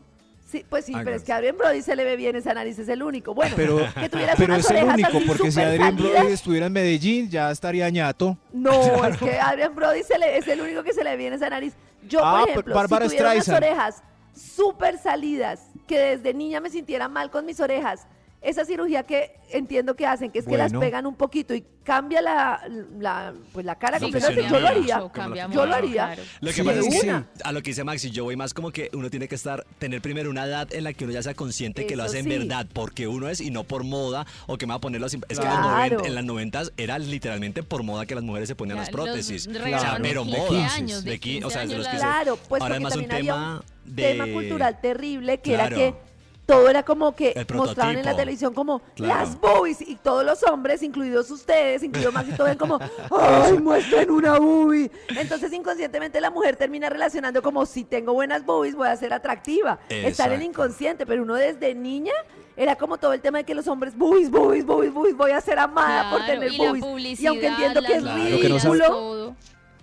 Sí, pues sí, pero
Hágalo.
es que a Adrien Brody se le ve bien esa nariz, es el único. Bueno,
Pero,
que tuvieras
pero
unas
es el
orejas
único,
así
porque si
súper
Adrián
salidas.
Brody estuviera en Medellín ya estaría ñato. <laughs>
No, es que Adrian Brody se le- es el único que se le viene esa nariz. Yo,
Ah,
por
pero
ejemplo,
Bárbara
si tuviera unas
Streisand.
orejas súper salidas, que desde niña me sintiera mal con mis orejas, esa cirugía que entiendo que hacen, que es que
Bueno.
las pegan un poquito y cambia la, la- pues, la cara
Sí,
completamente,
funciona
yo lo
mucho,
haría.
cambia
yo lo
mucho,
haría.
claro. Lo que
Sí,
pasa
de
es que
una.
a lo que dice Maxi, yo voy más como que uno tiene que estar, tener primero una edad en la que uno ya sea consciente que lo
Eso
hace en
sí.
verdad, porque uno es y no por moda o que me va a poner las. Es
Claro.
que en los 90 en las noventas era literalmente por moda que las mujeres se ponían
Ya,
las prótesis.
los
o sea,
regalaban de
pero
15
moda.
años, de
de qui- o sea, desde los 15.
Claro, pues
Ahora es
porque
más un
también había
tema
un
de.
tema cultural terrible que era
Claro.
que todo era como que
El
mostraban en la
prototipo.
televisión como
Claro.
las boobies y todos los hombres, incluidos ustedes, incluido Max y todo, ven como ¡ay, muestren una boobie! Entonces inconscientemente la mujer termina relacionando como si tengo buenas boobies voy a ser atractiva. Está en el
Exacto.
inconsciente, pero uno desde niña era como todo el tema de que los hombres boobies, boobies, boobies, boobies, voy a ser amada Ah, por
Claro,
tener
y la
boobies. Y aunque
publicidad,
entiendo que es
las
Claro, que no sabe-
ridículo,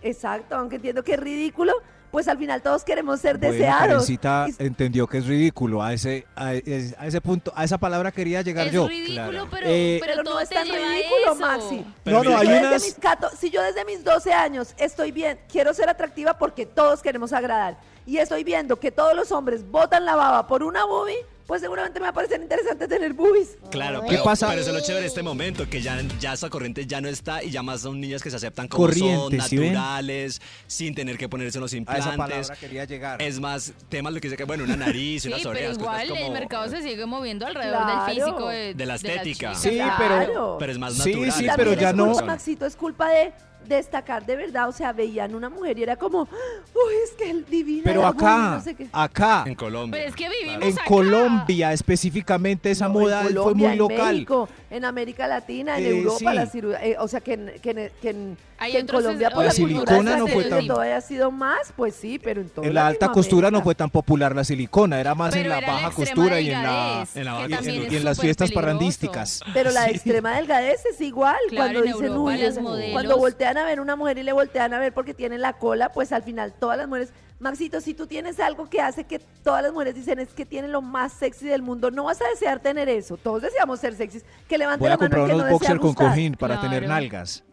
Exacto, aunque entiendo que es ridículo, pues al final todos queremos ser
Bueno,
deseados.
Karencita eh, entendió que es ridículo. A ese, a, es- a ese punto, a esa palabra quería llegar
Es
yo.
ridículo, Claro.
pero,
Eh,
pero, todo
no es
te
tan
lleva a
ridículo,
eso.
Maxi.
Pero No, no,
si,
hay
yo desde
unas-
mis cato- si yo desde mis 12 años estoy bien, quiero ser atractiva porque todos queremos agradar, y estoy viendo que todos los hombres botan la baba por una boobie, pues seguramente me va a parecer interesante tener boobies.
Claro,
¿Qué
pero,
pasa?
pero eso es lo chévere de este momento, que ya, ya esa corriente ya no está y ya más son niñas que se aceptan como
Corriente, ¿sí
son,
ven?
naturales, sin tener que ponerse los
palabra
implantes.
quería llegar.
Es más, temas lo que dice que, bueno, una nariz,
Sí,
unas
pero
orejas, cosas
igual el
como
mercado se sigue moviendo alrededor
Claro.
del físico. De,
de la
de las
estética.
chicas.
Sí, pero,
Pero es más
sí, sí,
natural. También
pero
es
ya no.
culpa, Maxito, es culpa de destacar de verdad, o sea, veían una mujer y era como, "Ah, uy, es que el divino.
Pero acá, acá. En
Colombia.
es que
En Colombia específicamente esa moda fue muy
en
local.
México, en América Latina, en
Eh,
Europa,
sí.
la cirugía, eh, o sea, que en, que en, que en,
Ahí
que en
entonces,
Colombia por
La
la, cultura
silicona no fue
todavía
tan-
haya sido más, pues sí, pero en todo
En la alta costura no fue tan popular la silicona, era más
Pero
en la
era la
baja
extrema
costura y en, la,
delgadez, En la
y
baja
en-
costura.
y en las
súper
fiestas
peligroso.
parrandísticas.
Pero
<laughs>
la de extrema delgadez es igual.
Claro,
cuando
en
dicen,
Europa
"Uy,
las
esa-",
modelos-
cuando voltean a ver una mujer y le voltean a ver porque tiene la cola, pues al final todas las mujeres. Maxito, si tú tienes algo que hace que todas las mujeres dicen es que tienen lo más sexy del mundo, no vas a desear tener eso. Todos deseamos ser sexys. Que levante
Voy
la
a comprar
mano el que
unos
no desea
boxer con
gustar.
cojín para tener nalgas.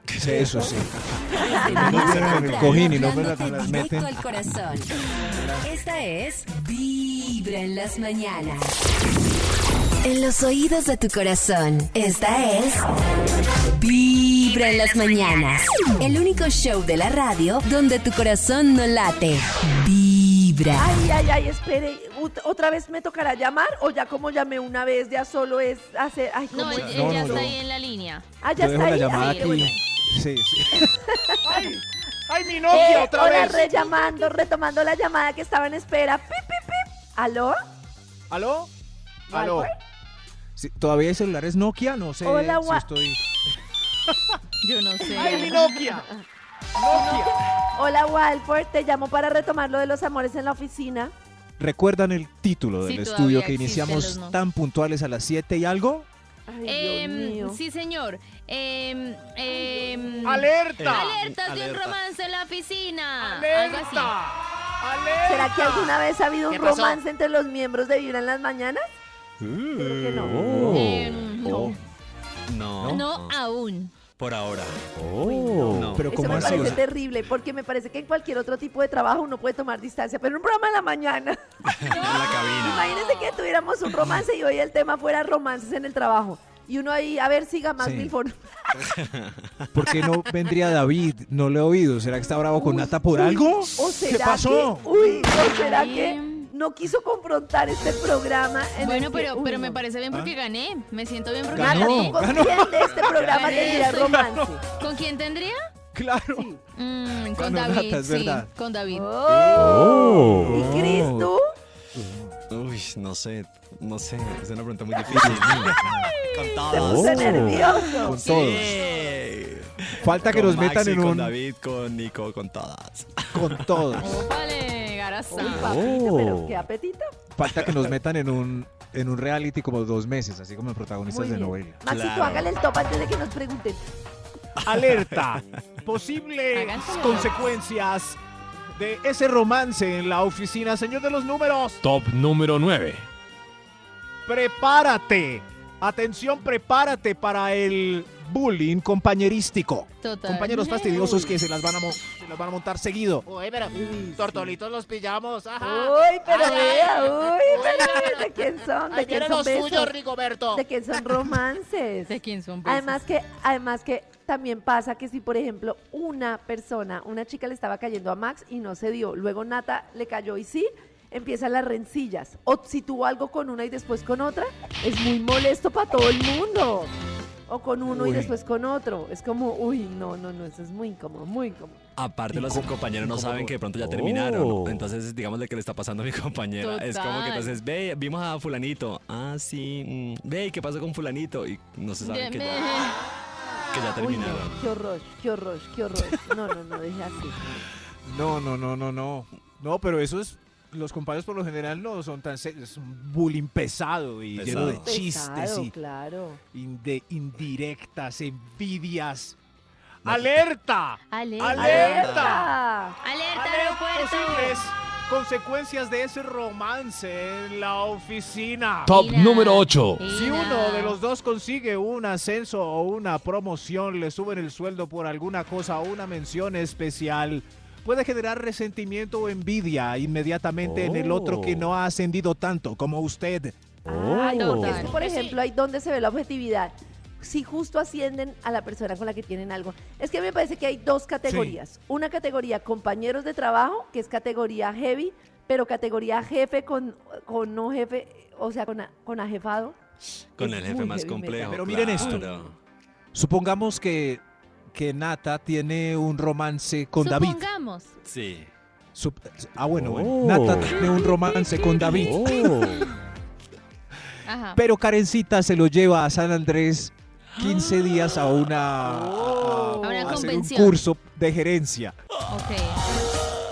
<laughs>
Eso sí. con el
Vibra,
cojín y no me las-
hablándote
las
directo
meten.
al corazón. Esta es Vibra en las mañanas. En los oídos de tu corazón. Esta es Vibra en las mañanas. El único show de la radio donde tu corazón no late. Vibra.
Ay, ay, ay, espere. ut- ¿Otra vez me tocará llamar? ¿O ya como llamé una vez, ya solo es hacer. Ay,
No,
¿cómo
él,
es?
él ya
no,
está
no.
ahí en la línea.
Ah,
Yo
ya
dejo
está
la
ahí.
llamada
Ay,
aquí. Sí, sí.
¡Ay, mi
Eh,
novia otra
hola,
vez!
rellamando, retomando la llamada que estaba en espera. Pip, pip, pip. ¿Aló?
¿Aló?
¿Aló? Sí, ¿Todavía hay celulares Nokia? No sé
Hola,
si
gua-
estoy...
Yo no sé.
¡Ay, mi Nokia! ¡Nokia!
Hola, Walford. Te llamo para retomar lo de los amores en la oficina.
¿Recuerdan el título
Sí,
del
todavía
estudio que
existen los
iniciamos
no.
tan puntuales a las 7 y algo?
Em, sí, señor. Em, em,
Eh,
¡Alerta!
Alertas de un
Alerta.
romance en la oficina. Algo así.
¿Será que alguna vez ha habido
¿Qué
un
pasó?
romance entre los miembros de Vibra en las mañanas? Creo que no.
Uh,
Oh. No.
Em, No aún.
Por ahora. No.
Pero
Eso
¿cómo
me
así? O
parece
sea,
terrible, porque me parece que en cualquier otro tipo de trabajo uno puede tomar distancia, pero en un programa en la mañana.
<laughs>
Imagínense que tuviéramos un romance y hoy el tema fuera romances en el trabajo. Y uno ahí, a ver, siga más
Sí.
mil
¿Por
<laughs>
qué no vendría David? No le he oído. ¿Será que está bravo con Nata por algo?
¿O será
¿Qué pasó?
Que, uy, ¿o será que no quiso confrontar este programa? en
Bueno,
el que-
pero,
uy,
pero
no.
me parece bien porque
¿Ah?
gané. Me siento bien porque
Ganó,
gané.
¿Con ganó. quién de este programa
Gané,
tendría
estoy-
romance?
¿Con quién tendría?
Claro.
Mm, con
Ganó
David.
Nata, es
sí,
verdad.
con David.
Oh.
¿Y Cris, tú?
Uy, no sé, no sé. Es una pregunta muy difícil. con todos.
puse nervioso. Oh, Con
Sí.
Falta que
Con
nos metan
Maxi,
en un-
Con David, con Nico, con todas.
Con todos.
<laughs>
Oh.
Vale, garaza.
Papito, pero qué apetito.
Falta que nos metan en un, en un reality como dos meses, así como en protagonistas de novela.
Maxito, hágale el top antes de que nos pregunten.
<laughs>
Alerta. Posibles
Háganse la-
consecuencias
de ese romance en la oficina, señor de los números.
Top número 9.
Prepárate. Atención, prepárate para el bullying compañerístico.
Total.
Compañeros fastidiosos que se las van a, mo- se las van a montar seguido.
Uy, pero tortolitos los pillamos.
Ah.
Ajá.
Uy, pero
Ajá.
vea, uy,
pero-
pero ¿de quién son?
Ahí
¿De quién
vienen
son
los suyos,
besos?
Rigoberto.
¿De quién son
<laughs>
romances?
¿De quién son pues? besos?
Además que, además que también pasa que si, por ejemplo, una persona, una chica le estaba cayendo a Max y no se dio, luego Nata le cayó y sí, empiezan las rencillas. O si tuvo algo con una y después con otra, es muy molesto para todo el mundo. O con uno y
Uy.
después con otro. Es como, uy, no, no, no, eso es muy incómodo, muy incómodo.
Aparte, los compañeros no saben que de
Oh.
pronto ya terminaron. Entonces, digamos de que le está pasando a mi compañera. Es como que
Total.
entonces, ve, vimos a Fulanito. Ah, sí. mm, Ve, ¿qué pasó con Fulanito? Y no se sabe que
Deme.
ya, que ya
Uy, no,
terminaron.
qué horror, qué horror, qué horror. No, no, no, dije así.
No, no, no, no, no. No, pero eso es. Los compañeros por lo general no son tan serios. Es un bullying pesado y lleno de
Pesado.
chistes y
claro.
in- de indirectas, envidias. ¡Alerta!
Alerta.
¡Alerta!
Alerta,
Posibles consecuencias de ese romance en la oficina.
Top número 8.
Si uno de los dos consigue un ascenso o una promoción, le suben el sueldo por alguna cosa o una mención especial, puede generar resentimiento o envidia inmediatamente en el otro que no ha ascendido tanto como usted.
Ay,
Oh.
Total.
porque es Ah, que, por ejemplo, ahí donde se ve la objetividad. Si justo ascienden a la persona con la que tienen algo. Es que me parece que hay dos categorías. Una categoría compañeros de trabajo, que es categoría heavy, pero categoría jefe con, con no jefe, o sea, con, a- con ajefado.
Con
Es
el jefe
muy
más
heavy metal.
complejo.
Pero miren esto.
claro.
Supongamos que, que Nata tiene un romance con David.
Supongamos.
Sí.
Sup- ah, bueno, bueno. Nata tiene un romance con David.
Ajá.
Pero Karencita se lo lleva a San Andrés 15 días a una,
A
Oh.
una
a hacer un
convención.
curso de gerencia.
Ok.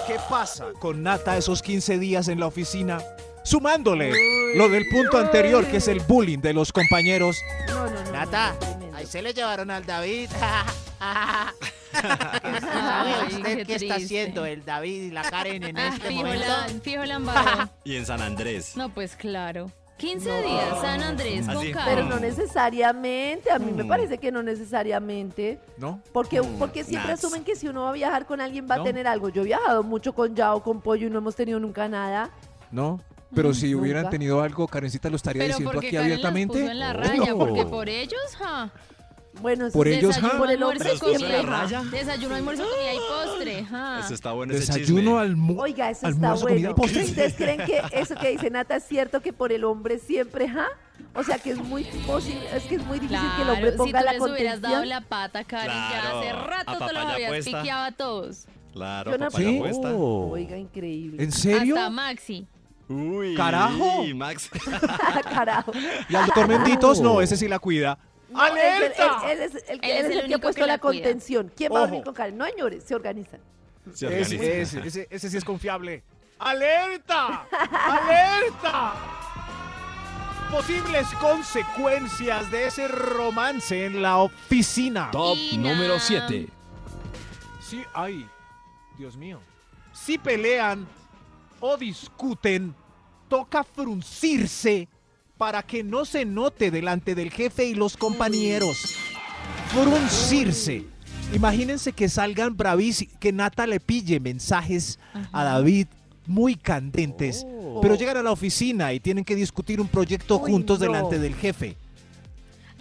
¿Qué pasa con Nata esos 15 días en la oficina? Sumándole lo del punto anterior, que es el bullying de los compañeros.
No, no, no.
Nata,
no, tremendo.
ahí se le llevaron al David. <laughs>
Ay,
Ah,
¿Sabe usted
Ah, qué
qué, está
triste.
haciendo el David y la Karen en
Ah,
este momento?
Fijolán, Fijolán varón.
Y en San Andrés.
No, pues claro. 15 días, San Andrés,
Ah,
Así.
con Karen.
Pero Pues no necesariamente, a mí me parece que no necesariamente.
Mm. ¿No? Mm.
Porque, porque siempre
Nats.
asumen que si uno va a viajar con alguien va
No.
a tener algo. Yo he viajado mucho con Yao, con Pollo y no hemos tenido nunca nada.
¿No? Pero si
nunca.
hubieran tenido algo, Karencita lo estaría
Mm, Pero
diciendo
porque
aquí
Karen los
abiertamente.
puso en la raya,
No.
porque por ellos, ja.
Bueno, eso
Por
sí.
ellos, ja.
Desayuno,
Por el hombre
almuerzo,
siempre,
comida.
ja. raya.
Desayuno, almuerzo, comida y postre, ja.
<gasps> Eso está bueno ese
Desayuno,
chisme.
almu-
Oiga, eso
almuerzo, comida y
está bueno.
postre.
¿Ustedes creen que eso que dice Nata es cierto que por el hombre siempre, ja? O sea, que es muy posible, es que es muy difícil que el hombre
Claro, si
ponga
tú
la
les hubieras dado
contención.
la pata, Karen, ya
Claro,
hace
a
rato te los
papaya
habías
puesta.
piqueado a todos.
Claro,
Yo no-
papá, la
¿Sí?
apuesta.
Oh.
Oiga, increíble. <laughs>
¿En serio?
Hasta Maxi.
Uy,
¡Carajo!
Max. <laughs>
Ah, Carajo.
Y
<laughs>
al doctor Menditos, no, ese sí la cuida. <laughs>
No, él- Él, él es el, que-
Él
él
es
es
el
el que
único
ha puesto
que la
la
cuida.
contención. ¿Quién va a dormir
Ojo.
con Karen? No señores, se organizan.
Se organiza.
Ese, ese, ese, ese sí es confiable. ¡Alerta! ¡Alerta! Posibles consecuencias de ese romance en la oficina.
Top
Ina.
número 7.
Ah,
Sí, ay, Dios mío. Si pelean o discuten, toca fruncirse para que no se note delante del jefe y los compañeros. Fruncirse. Imagínense que salgan bravis, que Nata le pille mensajes a David muy candentes, pero llegan a la oficina y tienen que discutir un proyecto
Uy,
juntos
no.
delante del jefe.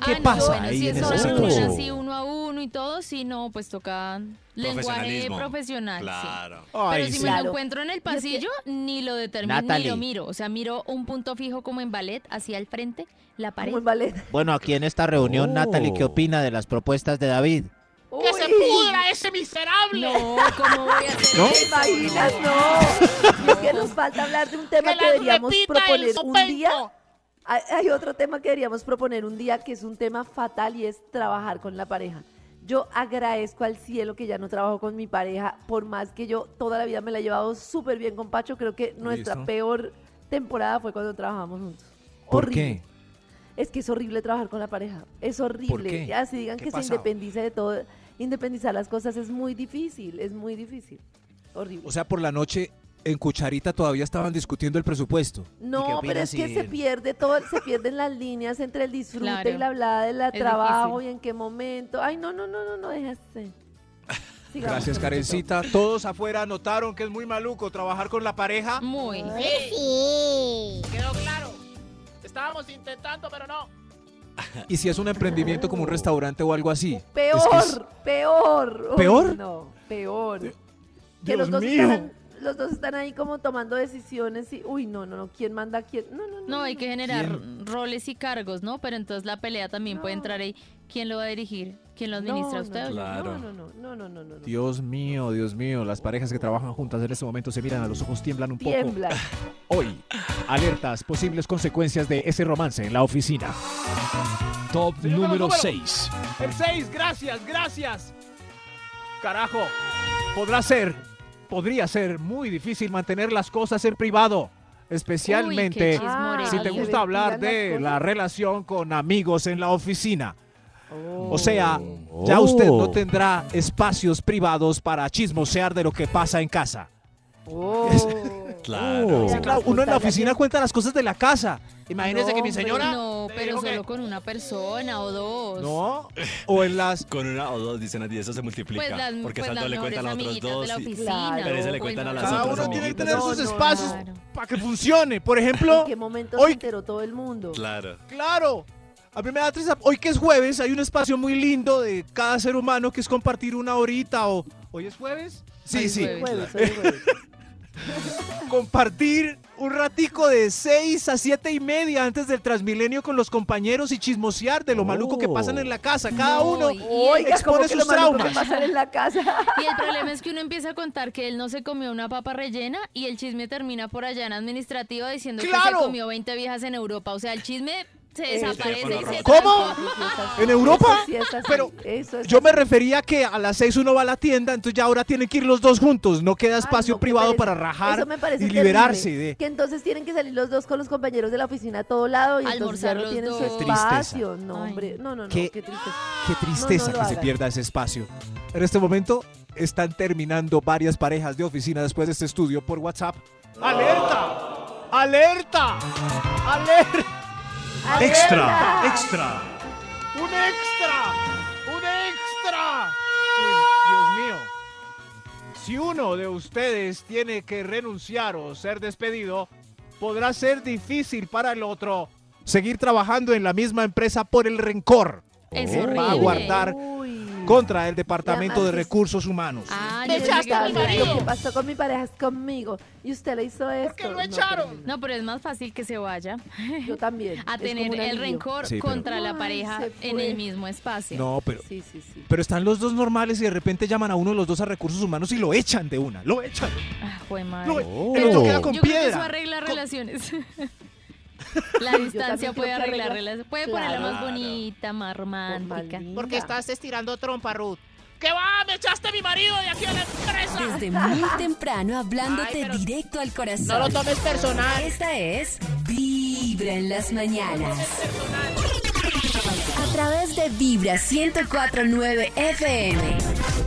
¿Qué
Ah, no,
pasa
bueno,
ahí
si
en
es
esa
solo reunión
situación?
así uno a uno y todo, si no, pues toca lenguaje
Profesionalismo.
profesional. sí.
Claro.
Pero
Ay,
si
sí.
me
Claro.
lo encuentro en el
que-
pasillo, ni lo determino, ni
Natalie.
lo miro. O sea, miro un punto fijo como en ballet, hacia el frente, la pared.
Como en ballet.
Bueno, aquí en esta reunión,
Oh.
Natalie, ¿qué opina de las propuestas de David?
¡Que se
Uy.
pudra ese miserable!
No, ¿cómo voy a hacer
¿No?
¿Te imaginas?
<laughs>
No. Es que nos falta hablar de un tema
¡Que
que,
la
deberíamos
repita
proponer
el
un
sopenco!
día. Hay, hay otro tema que deberíamos proponer un día que es un tema fatal y es trabajar con la pareja. Yo agradezco al cielo que ya no trabajo con mi pareja, por más que yo toda la vida me la he llevado súper bien con Pacho. Creo que nuestra
Listo.
peor temporada fue cuando trabajamos juntos.
¿Por
Horrible.
qué?
Es que es horrible trabajar con la pareja. Es horrible.
qué?
Ya si digan
¿Qué
que
pasaba?
se independice de todo, independizar las cosas es muy difícil, es muy difícil. Horrible.
O sea, por la noche en Cucharita todavía estaban discutiendo el presupuesto.
No, pero es que se pierde todo, se pierden las líneas entre el disfrute y
Claro.
la hablada del
Es
trabajo
difícil.
y en qué momento. Ay, no, no, no, no, no, dejaste. Sigamos
Gracias,
con esto.
Karencita.
Todos afuera notaron que es muy maluco trabajar con la pareja.
Muy.
Sí. Quedó claro. Estábamos intentando, pero no.
Y si es un emprendimiento como un restaurante o algo así.
Peor,
Es que es-
peor. Uy,
¿Peor?
No, peor. que
Dios
los dos,
mío.
Están, los dos están ahí como tomando decisiones y, uy, no, no, no, ¿quién manda a quién? No, no, no.
No, hay que generar roles y cargos, ¿no? Pero entonces la pelea también puede entrar ahí. ¿Quién lo va a dirigir? ¿Quién lo administra?
no,
¿Usted? o yo?
Claro.
No, no, no, no, no, no, no.
Dios mío, Dios mío, las parejas que trabajan juntas en este momento se miran a los ojos, tiemblan
<laughs>
un poco.
Tiemblan.
Hoy, alertas, posibles consecuencias de ese romance en la oficina. Top número 6.
El 6, gracias, gracias. Carajo, podrá ser, podría ser muy difícil mantener las cosas en privado. Especialmente
chismorero.
si te
Ah,
gusta hablar
¿se ventilan
de
las
la relación con amigos en la oficina.
Oh,
O sea, ya usted no tendrá espacios privados para chismosear de lo que pasa en casa.
oh.
Claro.
Sí, claro, uno en la oficina cuenta las cosas de la casa.
Imagínese que mi señora.
No,
eh,
pero solo con una persona o dos.
No, o en las.
Con una o dos, dicen así, eso se multiplica.
Pues las-
porque
pues
saldo
las
le cuentan a otros
mejores amiguitas de
dos.
la
y-
oficina. Pues
pero ese le
Claro.
cuentan a las
Cada
otras
uno tiene que
amiguitas.
tener
No,
sus
no,
espacios
claro.
para que funcione. Por
<laughs>
ejemplo,
¿En qué momento se enteró todo el mundo?
Claro.
Claro. A mí me da tristeza. Hoy que es jueves, hay un espacio muy lindo de cada ser humano que es compartir una horita o... ¿Hoy es jueves? Sí,
Hoy es
sí.
jueves,
Jueves, hoy es jueves.
compartir un ratico de 6 a 7 y media antes del Transmilenio con los compañeros y chismosear de lo maluco que pasan en la casa. Cada
No,
uno
y- y-
Oiga, ¿cómo
expone
que lo
sus
maluco que
traumas.
pasan en la casa?
Y el problema es que uno empieza a contar que él no se comió una papa rellena y el chisme termina por allá en administrativa diciendo que
¡Claro!
se comió 20 viejas en Europa. O sea, el chisme se <laughs> desaparece y se
¿Cómo? ¿En Europa?
Pero eso es
Yo me refería a que a las 6 uno va a la tienda, entonces ya ahora tienen que ir los dos juntos. No queda espacio privado para rajar
Ah, Eso me parece
y liberarse
terrible,
de...
Que entonces tienen que salir los dos con los compañeros de la oficina a todo lado y entonces ya
Almorzar
no
los
tienen su
dos.
Qué tristeza.
espacio. No, hombre. No, no, no. Qué,
Qué-
tristeza.
Qué tristeza
No, no lo
que se
hagan.
pierda ese espacio. En este momento están terminando varias parejas de oficina después de este estudio por WhatsApp.
¡Alerta! ¡Alerta! ¡Alerta!
Extra, extra.
¡Un extra! ¡Un extra! Uy, Dios mío. Si uno de ustedes tiene que renunciar o ser despedido, podrá ser difícil para el otro seguir trabajando en la misma empresa por el rencor.
Es
que va a
horrible.
guardar contra el Departamento de
además es-
Recursos Humanos.
Ah,
Me
yo pensé que
echaste a mi
era
marido. Lo
eso.
que pasó con mi pareja es conmigo. Y usted le hizo esto.
lo
No,
echaron?
terrible.
No, pero es más fácil que se vaya
Yo
a
también. Es como
tener
un
el
alivio.
rencor
Sí, pero-
contra
Ay,
la pareja
se
en
fue.
el mismo espacio.
No, pero,
Sí, sí, sí.
pero están los dos normales y de repente llaman a uno de los dos a recursos humanos y lo echan de una. Lo echan.
Ah, jue madre.
No,
Oh.
e-, el otro queda con
Yo creo que eso
piedra.
arregla
<laughs>
relaciones. La distancia puede
también creo que
arreglar
arregla-
relaciones. Puede ponerla más bonita, más romántica.
Porque estás estirando trompa, Ruth. ¿Qué va? Me echaste a mi marido de aquí a la empresa.
Desde muy temprano hablándote directo al corazón.
No lo tomes personal.
Esta es Vibra en las mañanas. A través de Vibra 1049 FM.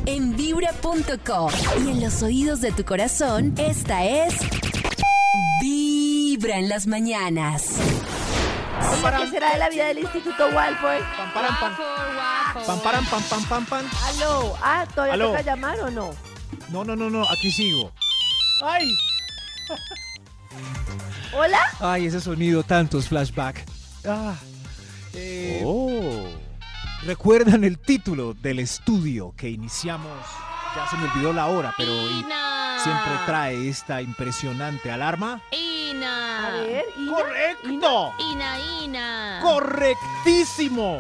En vibra.com. Y en los oídos de tu corazón, esta es Vibra en las mañanas.
Oiga, ¿qué será de la vida del Instituto Walford?
Paran, pan, pan, paran, pan, pan, pan, pan.
Aló. Ah, ¿todavía
Aló.
toca llamar o no?
No, no, no, no, aquí sigo.
¡Ay!
¿Hola?
Ay, ese sonido, tantos flashback. Ah, eh, ¿Recuerdan el título del estudio que iniciamos? Ya se me olvidó la hora, pero hoy
Ina.
siempre trae esta impresionante alarma.
Ina.
A
Ah.
ver, ¿y
¡Correcto!
Ina, Ina.
Correctísimo.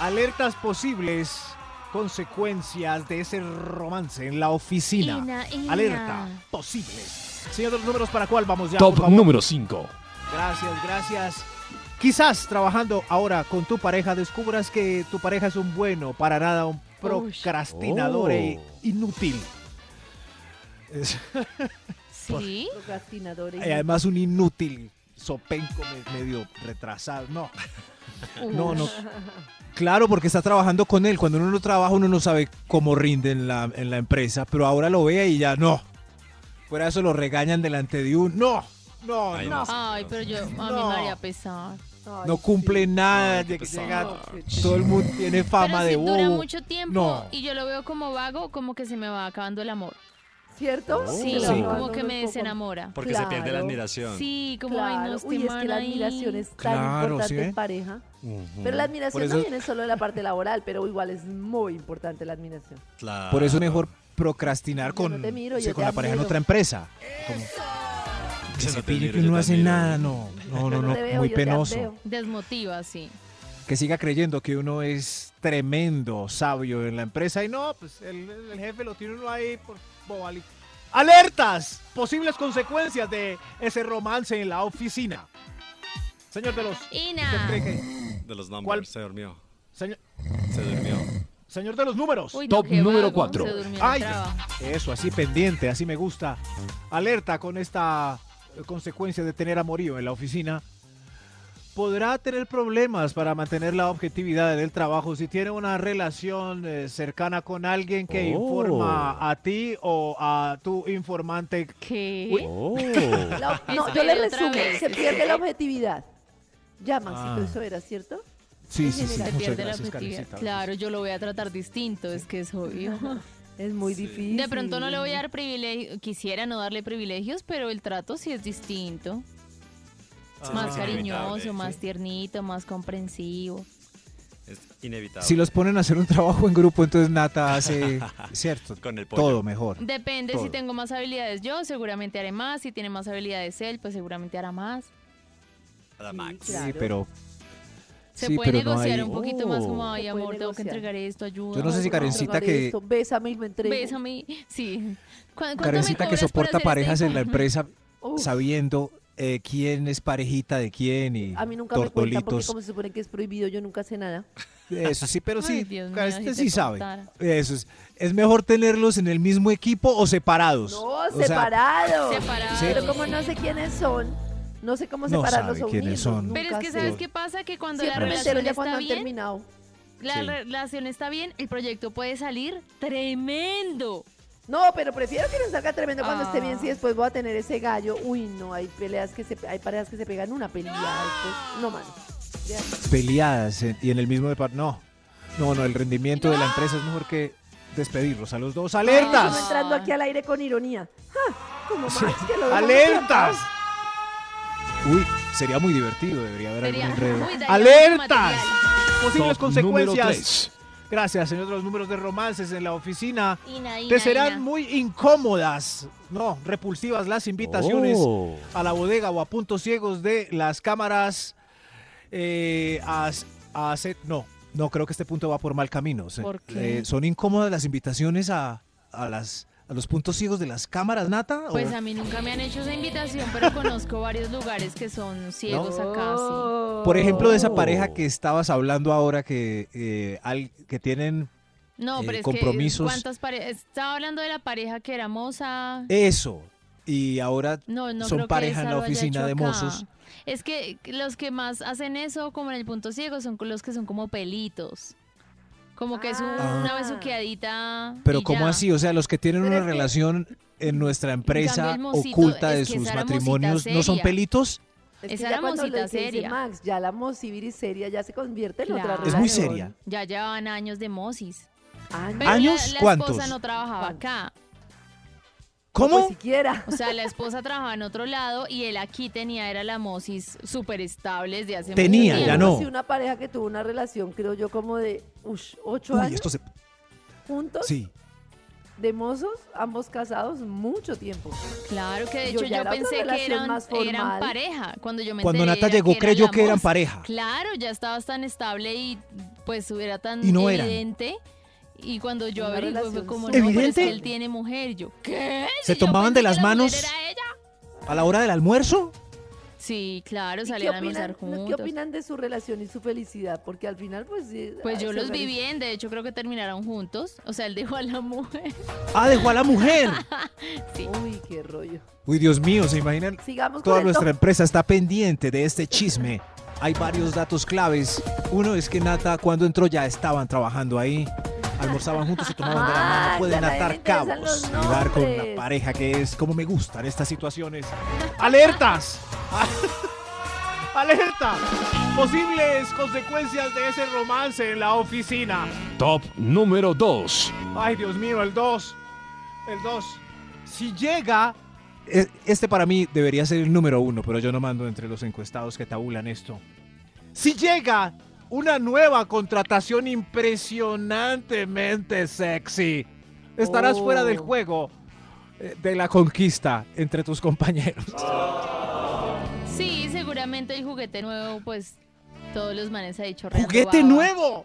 Alertas posibles, consecuencias de ese romance en la oficina.
Ina, Ina.
Alerta posibles. Señor de los números, ¿para cuál vamos ya?
Top
por favor?
número 5.
Gracias, gracias. Quizás trabajando ahora con tu pareja descubras que tu pareja es un bueno, para nada un procrastinador e inútil. Es-
Sí.
Procrastinadores.
Y además un inútil sopenco me- medio retrasado. No, no, no. Claro, porque está trabajando con él. Cuando uno no trabaja, uno no sabe cómo rinde en la, en la empresa. Pero ahora lo vea y ya no. Fuera de eso lo regañan delante de un. ¡No!
No,
Ay,
no.
pero yo, a mí
No.
me haría pesar.
No cumple nada. llega- llega- todo el mundo tiene fama
Pero
de
si
bobo.
dura mucho tiempo
No.
y yo lo veo como vago, como que se me va acabando el amor.
Oh,
¿Cierto?
Sí,
Oh. Sí.
como que me desenamora.
Porque se pierde la admiración.
Sí, como
claro.
ay, no, este
Uy, es que
man
la
ahí.
admiración es tan
Claro, ¿sí
importante
ve?
en pareja.
Ujú.
Pero la
Por
admiración
eso-
no viene solo de la parte laboral, pero igual es muy importante la admiración.
Por eso es mejor procrastinar con,
no te miro,
sí,
yo
con
te
la pareja en
admiro.
otra empresa. Como, que se pille que no hace nada, no. No, no, no, muy <laughs> penoso.
Desmotiva, sí.
Que siga creyendo que uno es tremendo sabio en la empresa y no.
No, pues el, el jefe lo tiene uno ahí por bobali. ¡Alertas! Posibles consecuencias de ese romance en la oficina. Señor de los.
Ina.
¿usted cree que-
De los nombres.
¿Cuál?
Se durmió.
Señor,
Se durmió.
señor de los números.
Uy, no, Top qué número vago, cuatro. se durmió en la
Ay,
traba.
Eso, así pendiente, así me gusta.
alerta con esta eh, consecuencia de tener amorío en la oficina. Podrá tener problemas para mantener la objetividad del trabajo si tiene una relación eh, cercana con alguien que
Oh.
informa a ti o a tu informante.
¿Qué?
La- no,
Eso
yo le
era otra
resumo,
vez.
se pierde la objetividad. Ya, Maxito,
Ah.
eso era, ¿cierto?
Sí,
En
sí, sí,
general.
Se
muchas
pierde la
gracias,
objetividad.
Karencita.
Claro, yo lo voy a tratar distinto, es que es obvio.
<laughs>
Es muy difícil.
De pronto no le voy a dar privilegios, quisiera no darle privilegios, pero el trato sí es distinto.
Ah, Sí,
más
es
cariñoso,
inevitable,
más
sí.
tiernito, más comprensivo.
Es inevitable.
Si los ponen a hacer un trabajo en grupo, entonces Nata <laughs> hace, cierto,
Con el pollo.
todo mejor.
Depende si
Todo.
tengo más habilidades yo, seguramente haré más. Si tiene más habilidades él, pues seguramente hará más.
Para Max.
Sí, pero...
Se
sí,
puede
pero no
negociar
hay-
un poquito más como,
Oh.
ay,
Se puede
amor, tengo que
negociar.
entregar esto, ayuda.
Yo no sé si Karencita que...
Esto, bésame y me entrego.
Bésame, sí. ¿Cu- cuánto me
Karencita que
cobras por hacer
soporta
este
parejas en la
informe?
empresa
Uf.
sabiendo eh, quién es parejita de quién y
A mí nunca me cuentan porque
tortolitos. Pues,
como se supone que es prohibido, yo nunca sé nada.
Eso
<laughs>
sí, pero sí,
Ay, Dios mío,
Karencita
si te
sí sabe.
contara.
Eso es. ¿Es mejor tenerlos en el mismo equipo o separados?
No,
O sea,
separados.
Separados. Sí.
Pero como no sé quiénes son, no sé cómo
No
separarlos
sabe
o
quiénes
unirlos,
son.
nunca
<laughs> Pero es que
sé.
sabes qué pasa que cuando la
Siempre me
relación
entero ya
está
cuando han
bien,
terminado.
la
Sí.
relación está bien, el proyecto puede salir tremendo.
No, pero prefiero que nos salga tremendo cuando esté bien, si después voy a tener ese gallo. Uy, no, hay peleas que se, hay parejas que se pegan una pelea después. No, mano.
Peleadas en- y en el mismo departamento. No, no, no, el rendimiento de la empresa es mejor que despedirlos a los dos.
Yo
¡Alertas!
entrando aquí al aire con ironía. ¡Ja! Como Max, que lo dejamos
<laughs> ¡Alertas!
atrás.
Uy, sería muy divertido, debería haber algún
Sería-
enredo.
Uy, daría
¡Alertas! Posibles
Top número
consecuencias.
tres.
Gracias, señor de los números de romances en la oficina.
Ina,
Te
Ina,
serán
Ina.
muy incómodas, no, repulsivas las invitaciones
Oh.
a la bodega o a puntos ciegos de las cámaras. eh, a, a hacer- no,
No, creo que este punto va por mal camino. Se-
¿Por qué?
eh, ¿Son incómodas las invitaciones a, a las, a los puntos ciegos de las cámaras, Nata? ¿O-
Pues a mí nunca me han hecho esa invitación,
<laughs>
pero conozco varios lugares que son ciegos acá, sí.
Por ejemplo, de esa pareja que estabas hablando ahora que, eh, al- que tienen
No,
eh,
pero es
compromisos.
que cuántas parejas. Estaba hablando de la pareja que era moza.
Eso. Y ahora
No, no creo
son
que
pareja en
esa
la
lo haya
oficina
hecho
de
acá.
mozos.
Es que los que más hacen eso, como en el punto ciego, son los que son como pelitos. Como que es un-
Ah.
una besuqueadita.
Pero
y
¿cómo
ya.
así? O sea, los que tienen una relación en nuestra empresa
el mocito,
oculta
es
de
que
sus
esa era mocita
matrimonios, ¿no son
seria.
pelitos?
Es
Esa
que
era
ya cuando lo
mosita
que dice
seria.
Max, ya la mosiviris seria ya se convierte en otra
Claro.
relación.
Es muy seria.
Ya llevaban años de mosis. Pero
¿Años?
La, la
¿Cuántos?
esposa no trabajaba acá. pues
¿Cómo?
siquiera.
O sea, la esposa trabajaba en otro lado y él aquí tenía, era la mosis súper estable desde hace
Tenía,
mucho
ya
tiempo.
no.
Si una pareja que tuvo una relación, creo yo, como de ush, ocho
Uy,
años
esto se...
juntos,
Sí.
de mozos, ambos casados, mucho tiempo.
Claro que de
Yo
hecho
ya
yo
era otra
pensé que
relación
eran,
más
eran
formal.
pareja. Cuando yo me
Cuando
enteré
Nata
era
llegó,
que era
creyó
la
que eran
mos.
pareja.
Claro, ya estabas tan estable y pues era tan
Y no eran.
evidente. Y cuando yo
Una
averigué fue
relación
como, no,
súper
pero es que
¿Evidente?
él tiene mujer. Y yo, ¿qué?
¿Se
Si yo pensé
tomaban de
que
las
la mujer
manos?
era ella.
¿A la hora del almuerzo?
Sí, claro,
¿Y
salían a almorzar
opinan,
juntos.
¿Qué opinan de su relación y su felicidad? Porque al final, pues... sí,
Pues
ah,
yo
se
los vi
organizan.
bien, de hecho creo que terminaron juntos. O sea, él dejó a la <laughs> mujer.
Ah, dejó a
<laughs>
la mujer.
Uy, qué rollo.
Uy, Dios mío, ¿se imaginan?
Sigamos
Toda
con el top.
nuestra empresa está pendiente de este chisme. Hay varios datos claves. Uno es que Nata, cuando entró, ya estaban trabajando ahí. almorzaban juntos y tomaban de la mano,
Ah,
Max,
pueden
a nadie le
atar
interesan
cabos
los
y dar con la
nombres.
pareja que es como me gustan estas situaciones.
¡Alertas! <laughs> ¡Alerta! Posibles consecuencias de ese romance en la oficina.
Top número 2.
Ay, Dios mío, el 2. El 2. Si llega
E- Este para mí debería ser el número uno, pero yo no mando entre los encuestados que tabulan esto.
Si llega una nueva contratación impresionantemente sexy, estarás
Oh.
fuera del juego eh, de la conquista entre tus compañeros.
Sí, seguramente el juguete nuevo, pues todos los manes ha dicho
¡Juguete
"Guau".
nuevo!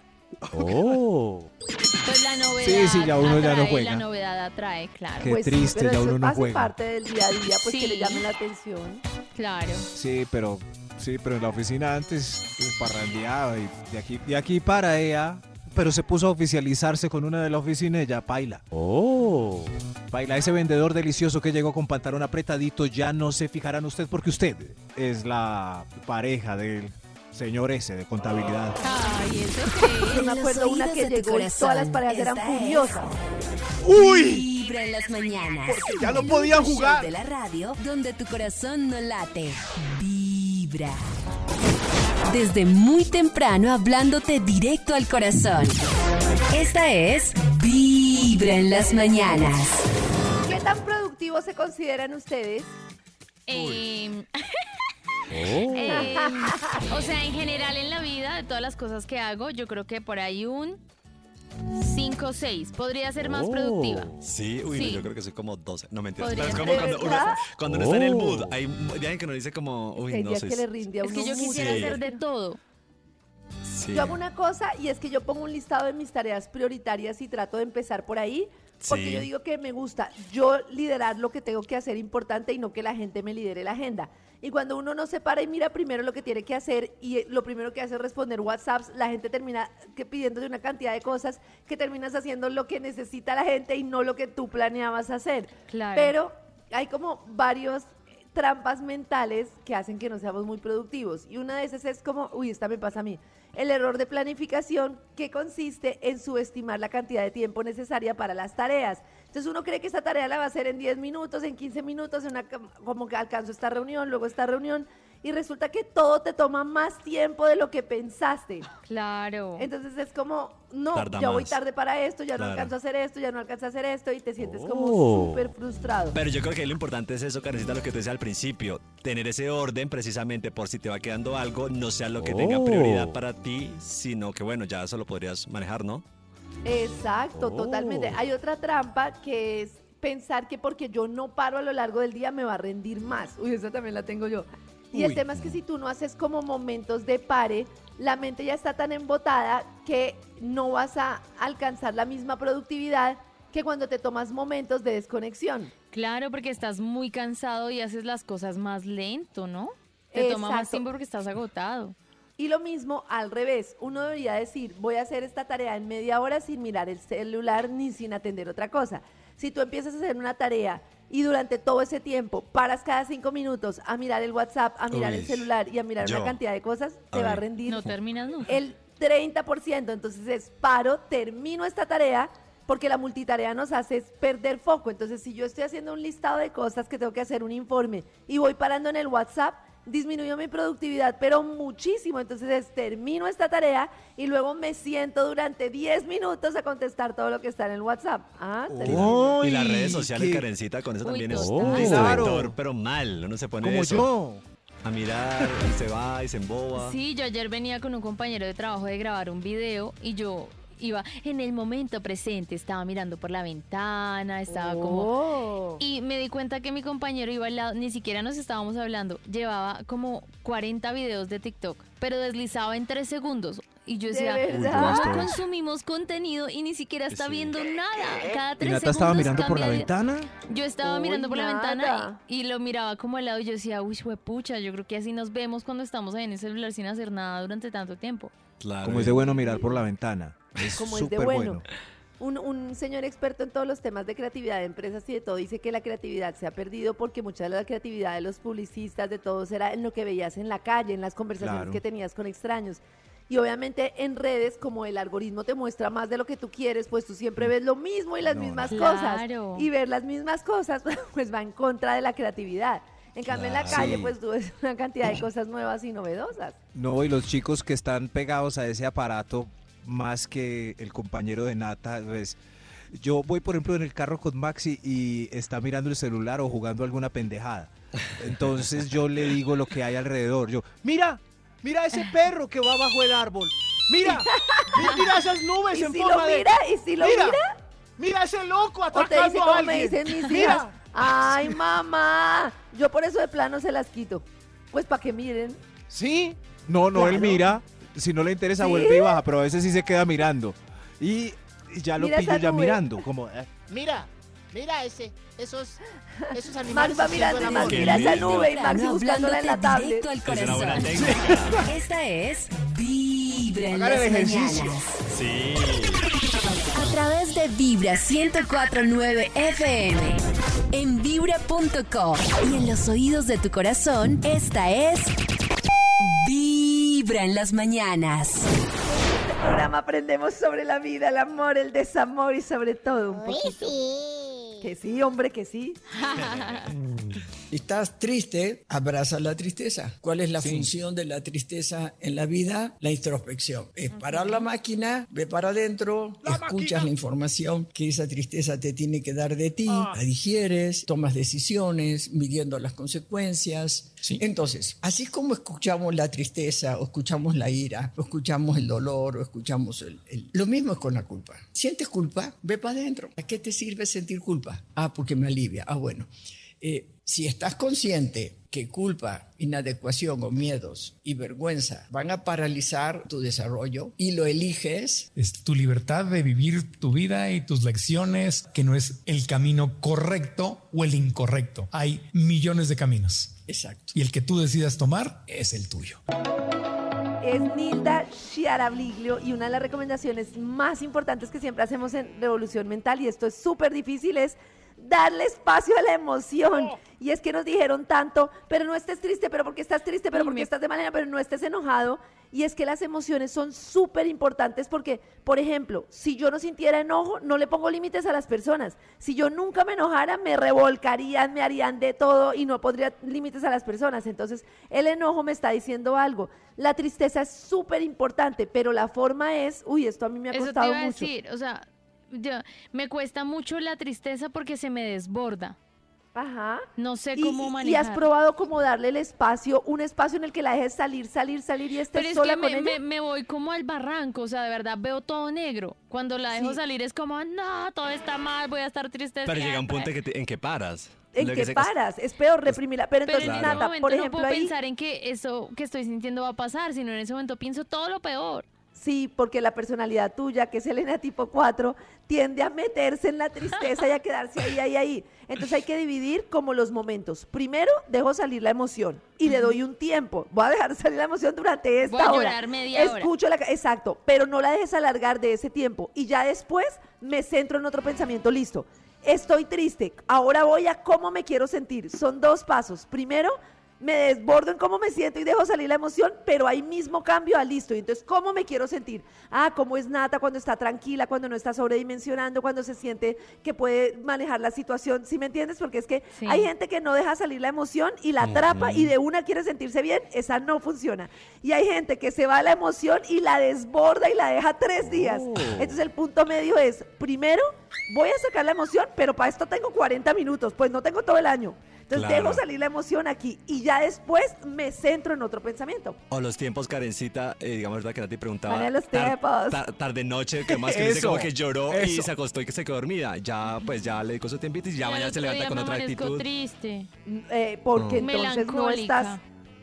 Oh.
Pues la novedad.
Sí, sí, ya uno ya no
atrae,
juega.
La novedad atrae, claro.
Qué Pues sí, triste, pero ya eso uno no hace juega.
parte del día a día, pues, que le llamen la
atención. Claro.
Sí, pero sí, pero en la oficina antes eh, parrandeaba y de aquí de aquí para ella, pero se puso a oficializarse con una de la oficina y ya paila. Oh. Paila ese vendedor delicioso que llegó con pantalón apretadito, ya no se fijarán usted porque usted es la pareja del señor ese de contabilidad.
Yo me acuerdo una que llegó y todas las parejas eran furiosas.
¡Uy! Vibra en las mañanas. Porque ya no podían jugar. De la radio, donde tu corazón no late. Vibra. Desde muy temprano hablándote directo al corazón. Esta es Vibra en las mañanas.
¿Qué tan productivos se consideran ustedes?
Em, em, o sea, en general en la vida, de todas las cosas que hago, yo creo que por ahí un 5 o 6. Podría ser más productiva.
<laughs> Sí, uy, no,
Sí.
yo creo que soy como 12. No, mentira.
Podría
Pero
ser.
es como
¿De
cuando uno,
verdad?
cuando uno está en el
Oh.
mood. Hay días en que uno dice como, uy,
Hay
no
días
sé.
que le rinde a
Es que
uno
yo quisiera
Sí.
hacer de todo.
sí.
Yo hago una cosa y es que yo pongo un listado de mis tareas prioritarias y trato de empezar por ahí. Porque
Sí.
yo digo que me gusta yo liderar lo que tengo que hacer importante y no que la gente me lidere la agenda. Y cuando uno no se para y mira primero lo que tiene que hacer y eh, lo primero que hace es responder WhatsApps, la gente termina que pidiéndote una cantidad de cosas que terminas haciendo lo que necesita la gente y no lo que tú planeabas hacer.
Claro.
Pero hay como varios eh, trampas mentales que hacen que no seamos muy productivos. Y una de esas es como, uy, esta me pasa a mí, el error de planificación que consiste en subestimar la cantidad de tiempo necesaria para las tareas. Entonces uno cree que esta tarea la va a hacer en 10 minutos, en 15 minutos, en una, cam- como que alcanzo esta reunión, luego esta reunión, y resulta que todo te toma más tiempo de lo que pensaste.
Claro.
Entonces es como, no,
Tarda
ya voy
más.
tarde para esto, ya
Claro.
no alcanzo a hacer esto, ya no alcanzo a hacer esto, y te sientes como
Oh.
súper frustrado.
Pero yo creo que ahí lo importante es eso, Karencita, lo que te decía al principio. Tener ese orden precisamente por si te va quedando algo, no sea lo que tenga
Oh.
prioridad para ti, sino que bueno, ya eso lo podrías manejar, ¿no?
Exacto,
Oh.
totalmente. Hay otra trampa que es pensar que porque yo no paro a lo largo del día me va a rendir más. Uy, esa también la tengo yo. Y el
Uy.
tema es que si tú no haces como momentos de pare, la mente ya está tan embotada que no vas a alcanzar la misma productividad que cuando te tomas momentos de desconexión.
Claro, porque estás muy cansado y haces las cosas más lento, ¿no? Te toma más
Exacto.
tiempo porque estás agotado.
Y lo mismo al revés, uno debería decir, voy a hacer esta tarea en media hora sin mirar el celular ni sin atender otra cosa. Si tú empiezas a hacer una tarea y durante todo ese tiempo paras cada cinco minutos a mirar el WhatsApp, a mirar
Uy,
el celular y a mirar
yo.
una cantidad de cosas,
A
te va a
ver.
rendir
No terminas nunca.
el 30%. Entonces es paro, termino esta tarea. Porque la multitarea nos hace es perder foco. Entonces, si yo estoy haciendo un listado de cosas que tengo que hacer, un informe, y voy parando en el WhatsApp, disminuyó mi productividad, pero muchísimo. Entonces, es, termino esta tarea y luego me siento durante 10 minutos a contestar todo lo que está en el WhatsApp. Ah,
Y
termino.
la- y
Uy,
las redes sociales,
qué-
Karencita, con eso
Uy,
también es
total.
distractor,
Claro.
pero mal. Uno se pone
Como
eso
yo.
a mirar y se va y se emboba.
Sí, yo ayer venía con un compañero de trabajo de grabar un video y yo iba en el momento presente, estaba mirando por la ventana, estaba
Oh.
como... Y me di cuenta que mi compañero iba al lado, ni siquiera nos estábamos hablando, llevaba como 40 videos de TikTok, pero deslizaba en 3 segundos. Y yo
¿De
decía,
verdad?
¿cómo consumimos contenido y ni siquiera está viendo nada? Cada
Y
tres
Nata estaba
segundos
mirando por la
cambia de-
ventana.
yo estaba
Uy,
mirando por la ventana
nada.
y, y lo miraba como al lado y yo decía, uy, pucha, yo creo que así nos vemos cuando estamos ahí en el celular sin hacer nada durante tanto tiempo.
Como es de bueno mirar por la ventana. Es
Como es de
súper
bueno.
bueno.
Un, un señor experto en todos los temas de creatividad de empresas y de todo dice que la creatividad se ha perdido porque mucha de la creatividad de los publicistas, de todos, era en lo que veías en la calle, en las conversaciones
Claro.
que tenías con extraños. Y obviamente en redes, como el algoritmo te muestra más de lo que tú quieres, pues tú siempre ves lo mismo y las
No,
mismas
no.
cosas.
Claro.
Y ver las mismas cosas, <laughs> pues va en contra de la creatividad. En cambio, en la
Claro.
calle,
Sí.
pues tú ves una cantidad de cosas nuevas y novedosas.
No, y los chicos que están pegados a ese aparato, más que el compañero de Nata, pues, yo voy, por ejemplo, en el carro con Maxi y está mirando el celular o jugando alguna pendejada. Entonces yo le digo lo que hay alrededor. Yo,
Mira, mira
<laughs>
ese perro que va bajo el árbol. Mira, mi- mira esas nubes
¿Y
en
si
forma
lo
de-
mira? ¿Y si lo
mira,
mira?
mira ese loco
O te dice
atracando
como
a
me
alguien.
dicen mis
Mira.
hijas, ay mamá, yo por eso de plano se las quito. Pues para que miren.
Sí.
no, no, él
Claro.
mira. Si no le interesa,
¿Sí?
vuelve y baja, pero a veces sí se queda mirando. Y y ya lo
Mira
pillo
esa
ya
nube.
mirando,
<laughs>
como... eh,
Mira, mira ese, esos, esos animales.
Max va
haciendo
mirando y
el
Max
amor.
mira esa nube y Maxi
Claro,
buscándola en la
hablándote
tablet.
directo al
Es una
<laughs>
buena
corazón. Esta es Vibra en
Hagan el
las
ejercicio.
mañanas.
Sí.
A través de Vibra 1049 FM. En vibra.com. Y en los oídos de tu corazón, esta es Vibra en las mañanas.
programa aprendemos sobre la vida, el amor, el desamor y sobre todo un poquito. Que sí, hombre, que sí.
Estás triste, abraza la tristeza. ¿Cuál es la función de la tristeza en la vida? La introspección. Es parar la máquina, ve para adentro, escuchas la información que esa tristeza te tiene que dar de ti, la digieres, tomas decisiones, midiendo las consecuencias. Entonces, así como escuchamos la tristeza, o escuchamos la ira, o escuchamos el dolor, o escuchamos el- el... Lo mismo es con la culpa. ¿Sientes culpa? Ve para adentro. ¿A qué te sirve sentir culpa? Ah, porque me alivia. Ah, bueno. Eh, si estás consciente que culpa, inadecuación o miedos y vergüenza van a paralizar tu desarrollo y lo eliges,
Es tu libertad de vivir tu vida y tus lecciones, que no es el camino correcto o el incorrecto. Hay millones de caminos.
Exacto.
Y el que tú decidas tomar es el tuyo.
Es Nilda Sciarabliglio y una de las recomendaciones más importantes que siempre hacemos en Revolución Mental, y esto es súper difícil, es darle espacio a la emoción. Y es que nos dijeron tanto, pero no estés triste, pero porque estás triste, pero porque estás de manera, pero no estés enojado. Y es que las emociones son súper importantes porque, por ejemplo, si yo no sintiera enojo, no le pongo límites a las personas. Si yo nunca me enojara, me revolcarían, me harían de todo y no pondría límites a las personas. Entonces, el enojo me está diciendo algo. La tristeza es súper importante, pero la forma es, uy, esto a mí me ha
Eso
costado
te iba a
mucho.
decir, o sea, yo- me cuesta mucho la tristeza porque se me desborda.
Ajá.
No sé
Y-
cómo
y, y
manejar.
has probado como darle el espacio, un espacio en el que la dejes salir, salir, salir y estés
Pero es
sola
que
con
me, me-
ella.
me voy como al barranco, o sea, de verdad veo todo negro. Cuando la dejo salir es como, "Ah, no, todo está mal, voy a estar triste.
Pero
<laughs>
llega un
siempre".
punto en que te- en que paras.
En
Lo
que
se-
paras, es pues, peor reprimirla. Pero
Pero
entonces,
en ese
Nata,
momento
por
no
ejemplo,
puedo
ahí
pensar en que eso que estoy sintiendo va a pasar, sino en ese momento pienso todo lo peor.
Sí, porque la personalidad tuya, que es Elena tipo 4, tiende a meterse en la tristeza y a quedarse ahí, ahí, ahí. Entonces hay que dividir como los momentos. Primero, dejo salir la emoción y le doy un tiempo. Voy a dejar salir la emoción durante esta
Voy a
hora.
llorar media hora.
Escucho la... ca- Exacto, pero no la dejes alargar de ese tiempo. Y ya después me centro en otro pensamiento, listo. Estoy triste, ahora voy a cómo me quiero sentir. Son dos pasos. Primero, me desbordo en cómo me siento y dejo salir la emoción, pero ahí mismo cambio a listo. Y entonces, ¿cómo me quiero sentir? Ah, ¿cómo es Nata cuando está tranquila, cuando no está sobredimensionando, cuando se siente que puede manejar la situación? ¿Sí me entiendes? Porque es que
Sí.
hay gente que no deja salir la emoción y la atrapa
Ujú.
y de una quiere sentirse bien, esa no funciona. Y hay gente que se va a la emoción y la desborda y la deja tres días. Entonces, el punto medio es, primero, voy a sacar la emoción, pero para esto tengo 40 minutos, pues no tengo todo el año. Entonces
Claro.
dejo salir la emoción aquí y ya después me centro en otro pensamiento.
O los tiempos, Karencita, eh, digamos, la que Nati preguntaba.
Maneja los tiempos.
tarde noche, que más que dice
Eso,
como que lloró y
eso.
se acostó y que se quedó dormida. Ya, pues ya le dedicó su tiempito y ya mañana se
Otro
levanta
día
con
me
otra
amanezco
actitud.
triste.
Eh, porque
No.
entonces no
Melancólica.
estás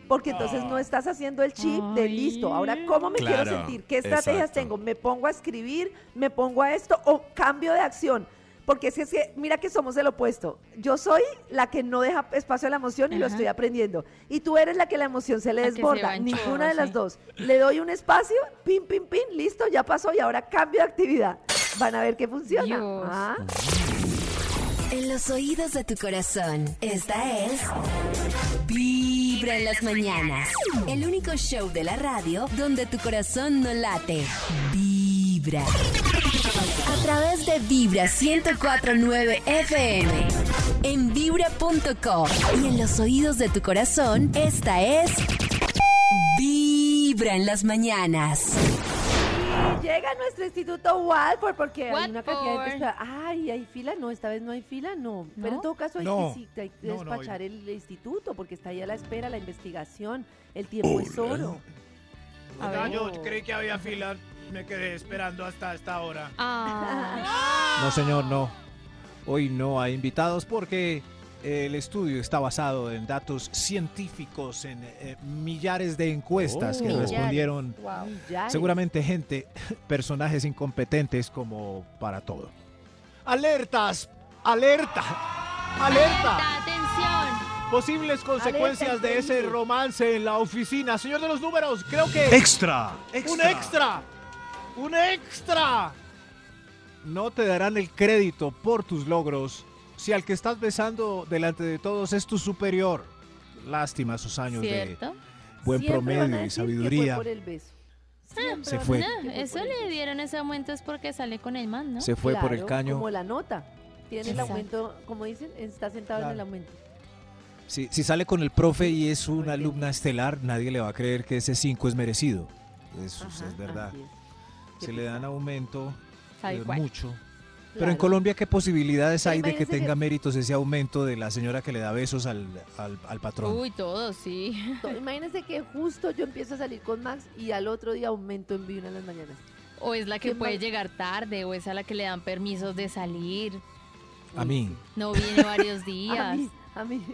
porque entonces no estás haciendo el chip de listo, ahora cómo me quiero
Claro,
sentir, qué estrategias
exacto.
tengo, me pongo a escribir, me pongo a esto o cambio de acción. Porque es que, es que, mira que somos el opuesto. Yo soy la que no deja espacio a la emoción y lo
Ajá.
estoy aprendiendo. Y tú eres la que la emoción se le
La que se va
desborda.
en
Ninguna
chorro,
de las
sí.
dos. Le doy un espacio, pim, pim, pim, listo, ya pasó y ahora cambio de actividad. Van a ver qué funciona. Ah.
En los oídos de tu corazón, esta es Vibra Vibra en las mañanas. El único show de la radio donde tu corazón no late. Vibra. A través de Vibra 1049 FM. En vibra.com. Y en los oídos de tu corazón, esta es. Vibra en las mañanas.
Y llega nuestro instituto Walford porque hay una cantidad de gente esperando. Ay, hay fila, no, esta vez no hay fila, no. Pero en todo caso hay
No.
que, sí, hay que
No, no,
despachar
hay-
el instituto porque está ahí a la espera, la investigación, el tiempo es oro. A
Ah,
ver.
yo creí que había fila, me quedé esperando hasta esta hora.
Ah,
<laughs>
No, señor, no. Hoy no hay invitados porque el estudio está basado en datos científicos, en eh, millares de encuestas que
Oh. Millares.
respondieron
Wow. Millares.
seguramente gente, <laughs> personajes incompetentes como para todo.
¡Alertas! ¡Alerta! ¡Alerta!
¡Atención!
Posibles consecuencias de ese
incendio.
romance en la oficina. Señor de los números, creo que...
¡Extra!
¡Un extra! ¡Un extra!
No te darán el crédito por tus logros si al que estás besando delante de todos es tu superior. Lástima sus años
¿Cierto?
de buen
Siempre van a
promedio
decir
y
que fue
sabiduría.
por el beso. Siempre
Se
van a
fue.
decir que
Ah, Eso
por el
le dieron ese aumento es porque sale con el man, ¿no?
Se fue por el Claro, caño.
Como la nota. Tiene el
Exacto.
aumento, como dicen, está sentado en el aumento.
Si, si sale con el profe y es una alumna estelar, nadie le va a creer que ese 5 es merecido. Eso sí Pues es verdad.
Qué
Si le dan aumento,
Tal
es
cual.
mucho. Pero
Claro.
en Colombia, ¿qué posibilidades
Pero
hay de que
imagínense que-
tenga méritos ese aumento de la señora que le da besos al, al- al patrón?
Uy, todo, sí. <laughs>
To- Imagínense que justo yo empiezo a salir con Max y al otro día aumento en Vibra en las mañanas.
O es la que
¿Quién
puede
más?
llegar tarde, o es a la que le dan permisos de salir.
a mí,
No viene varios días.
<laughs> A mí,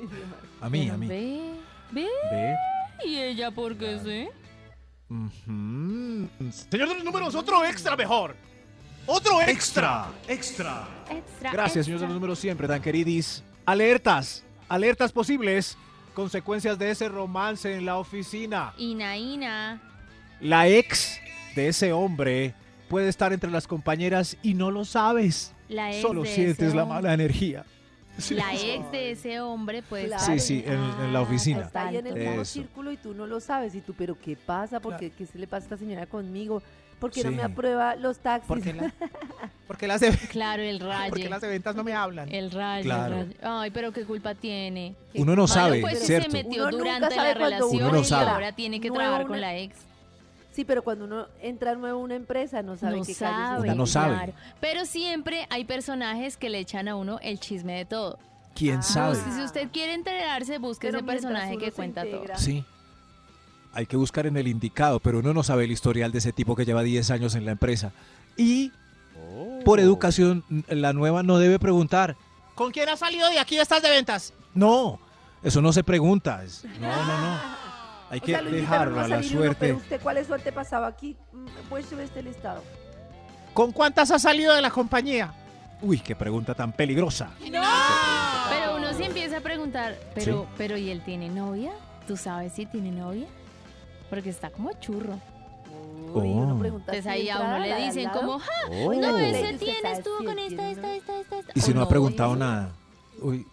a mí.
a mí, a mí.
Ve, ve.
Ve.
¿Y ella por qué sé?
Ujú.
Señor de los números, otro extra mejor. Otro extra. Extra.
Gracias, señores de los números, siempre tan queridis. Alertas,
Alertas posibles. Consecuencias de ese romance en la oficina.
Ina, Ina.
La ex de ese hombre puede estar entre las compañeras y no lo sabes.
La ex
Solo
de
sientes
ese
la
hombre.
mala energía. <laughs>
La ex de ese hombre, pues. Ah,
Sí, sí, en, en la oficina.
Está ahí en el mismo
Eso.
círculo y tú no lo sabes. Y tú, ¿pero qué pasa? ¿Por qué, qué se le pasa a esta señora conmigo? ¿Por qué no
Sí.
me aprueba los taxis?
Porque la- Porque las de,
Claro, el rayo.
porque las de ventas no me hablan.
El rayo,
Claro.
el rayo. Ay, pero qué culpa tiene.
Uno no
Malo,
sabe,
pues, si
¿cierto?
Se metió
Uno nunca
durante la
sabe cuando
relación
uno no
y
sabe.
ahora tiene que
Nuevo
trabajar
una-
con la ex.
Sí, pero cuando uno entra nuevo a una empresa no sabe
no
qué calles
sabe,
está
Uno no sabe.
claro. Pero siempre hay personajes que le echan a uno el chisme de todo.
¿Quién sabe?
Pues, Si, si usted quiere enterarse, busque
Pero
ese
mientras
personaje
uno
que
se
cuenta
integra.
todo.
Sí. Hay que buscar en el indicado, pero uno no sabe el historial de ese tipo que lleva 10 años en la empresa. Y por educación, n- la nueva no debe preguntar.
¿Con quién has salido de aquí estas de ventas?
No, eso no se pregunta. es- No,
<laughs>
no, no. Hay
O
que
sea, lo invitan uno
dejarlo a la
salir y uno,
suerte.
pero usted, ¿cuál es suerte pasaba aquí? Mm, Pues sube este listado.
¿Con cuántas has salido de la compañía?
Uy, qué pregunta tan peligrosa.
Pero uno se empieza a preguntar, pero, pero ¿y él tiene novia? ¿Tú sabes si tiene novia? Porque está como churro.
Uy, uno
Oh.
pregunta
Entonces Pues
si
ahí a
entra
uno le
la de al
dicen
lado.
como, ¡ja!
Oh.
No, ese
Usted
tiene,
sabe
estuvo
si
con
él
esta,
tiene
esta, esta, esta, esta.
Y si
O
no ha preguntado
eso.
nada. Uy,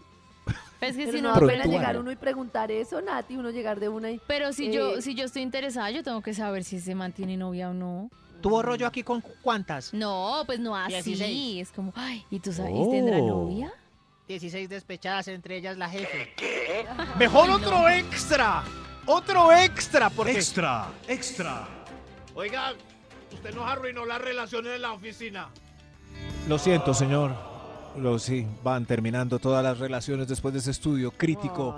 Es que
Pero
si no,
no va a
Pero
pena
tú-
llegar uno y preguntar eso, Nati, uno llegar de una y...
Pero si yo,
Eh.
si yo estoy interesada, yo tengo que saber si ese man tiene novia o no.
¿Tuvo rollo aquí con cu- cuántas?
No, pues no así.
16.
Es como, ay, ¿y tú sabes?
Oh.
¿Tendrá novia?
16 despechadas, entre ellas la jefe.
Mejor otro extra. Otro extra. Porque... Extra. Extra. Oiga, usted nos arruinó las relaciones de la oficina.
Lo siento, señor. Lo sí, van terminando todas las relaciones después de ese estudio crítico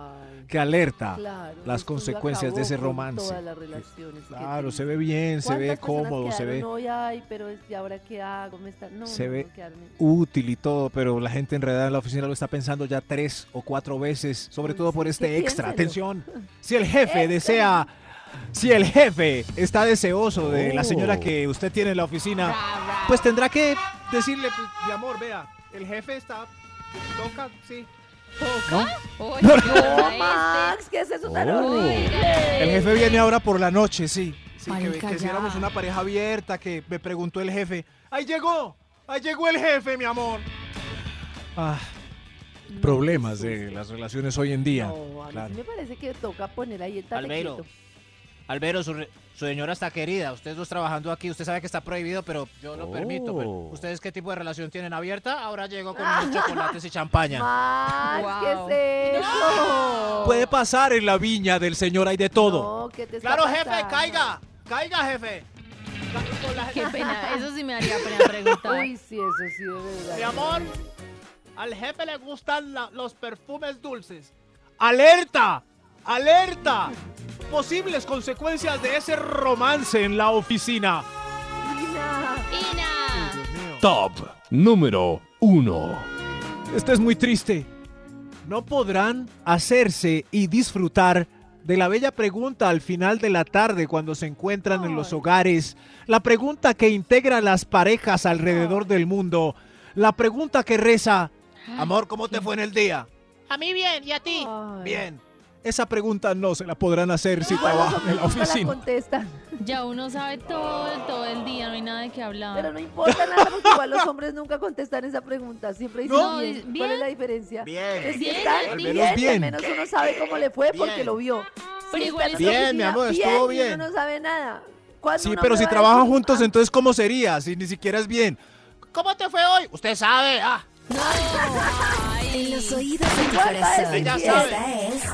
que alerta
Ah. Claro,
las
esto lo
consecuencias de
acabó
ese
con
romance.
todas las relaciones que
Claro,
tenía.
se ve bien, se ve
¿Cuántas personas
cómodo, se ve,
quedaron hoy? Ay, pero es- ¿y ahora qué hago? Me está... No,
se
no,
ve
no, quedarme-
útil y todo, pero la gente enredada en la oficina lo está pensando ya tres o cuatro veces, sobre todo por este extra.
piénselo.
Atención, si el jefe desea, si el jefe está deseoso de la señora
Oh.
que usted tiene en la oficina, pues tendrá que decirle, pues,
Mi amor, vea, el jefe está. Toca, sí.
¿no?
<laughs> ¡Oh,
¡No, Max! ¿Qué es eso tan
Oh.
horrible?
El jefe viene ahora por la noche, sí.
Sí, que, que hiciéramos una pareja abierta, que me preguntó el jefe. ¡Ahí llegó! ¡Ahí llegó el jefe, mi amor!
Ah,
problemas de las relaciones hoy en día.
No, a mí
Claro.
sí me parece que toca poner ahí el
Albeiro,
tatequito.
Albero, su, re- su señora está querida. Ustedes dos trabajando aquí, usted sabe que está prohibido, pero yo lo permito. pero
Oh.
¿Ustedes qué tipo de relación tienen abierta? Ahora llego con unos chocolates y champaña.
Max, ¿qué es eso?
Puede pasar en la viña del señor, hay de todo.
No, ¿qué te está
Claro, jefe,
pasando?
caiga. Caiga, jefe.
Qué pena, eso sí me haría pena preguntar.
Uy, sí, eso sí, de verdad.
Mi amor,
Al jefe le gustan la- los perfumes dulces. ¡Alerta! ¡Alerta! Posibles consecuencias de ese romance en la oficina.
Top número 1.
Este es muy triste. No podrán hacerse y disfrutar de la bella pregunta al final de la tarde cuando se encuentran en los hogares. La pregunta que integra las parejas alrededor del mundo. La pregunta que reza, amor, ¿cómo te fue en el día?
a mí bien, ¿y a ti?
Bien. Esa pregunta no se la podrán hacer si
Bueno,
trabajan en la
nunca la
oficina.
contestan.
Ya uno sabe todo, todo el día, no hay nada de qué hablar.
Pero no importa nada, porque igual los hombres nunca contestan esa pregunta. Siempre dicen
No.
bien.
No,
¿Cuál
bien.
es la diferencia?
Bien.
Es que
Bien,
están
al
bien,
menos
al
bien.
menos uno sabe cómo le fue porque
Bien.
lo vio.
Pero
Si
igual
está en la
es- Bien, mi
oficina,
amor, estuvo
y
bien.
uno no sabe nada. ¿Cuándo
Sí,
uno
pero
me
si
va a
trabajan
decir,
juntos, entonces ¿cómo sería? Si ni siquiera es bien.
¿Cómo te fue hoy? Usted sabe. Ah.
En los oídos de tu
Igual va a
corazón.
decir
Esta
que
es.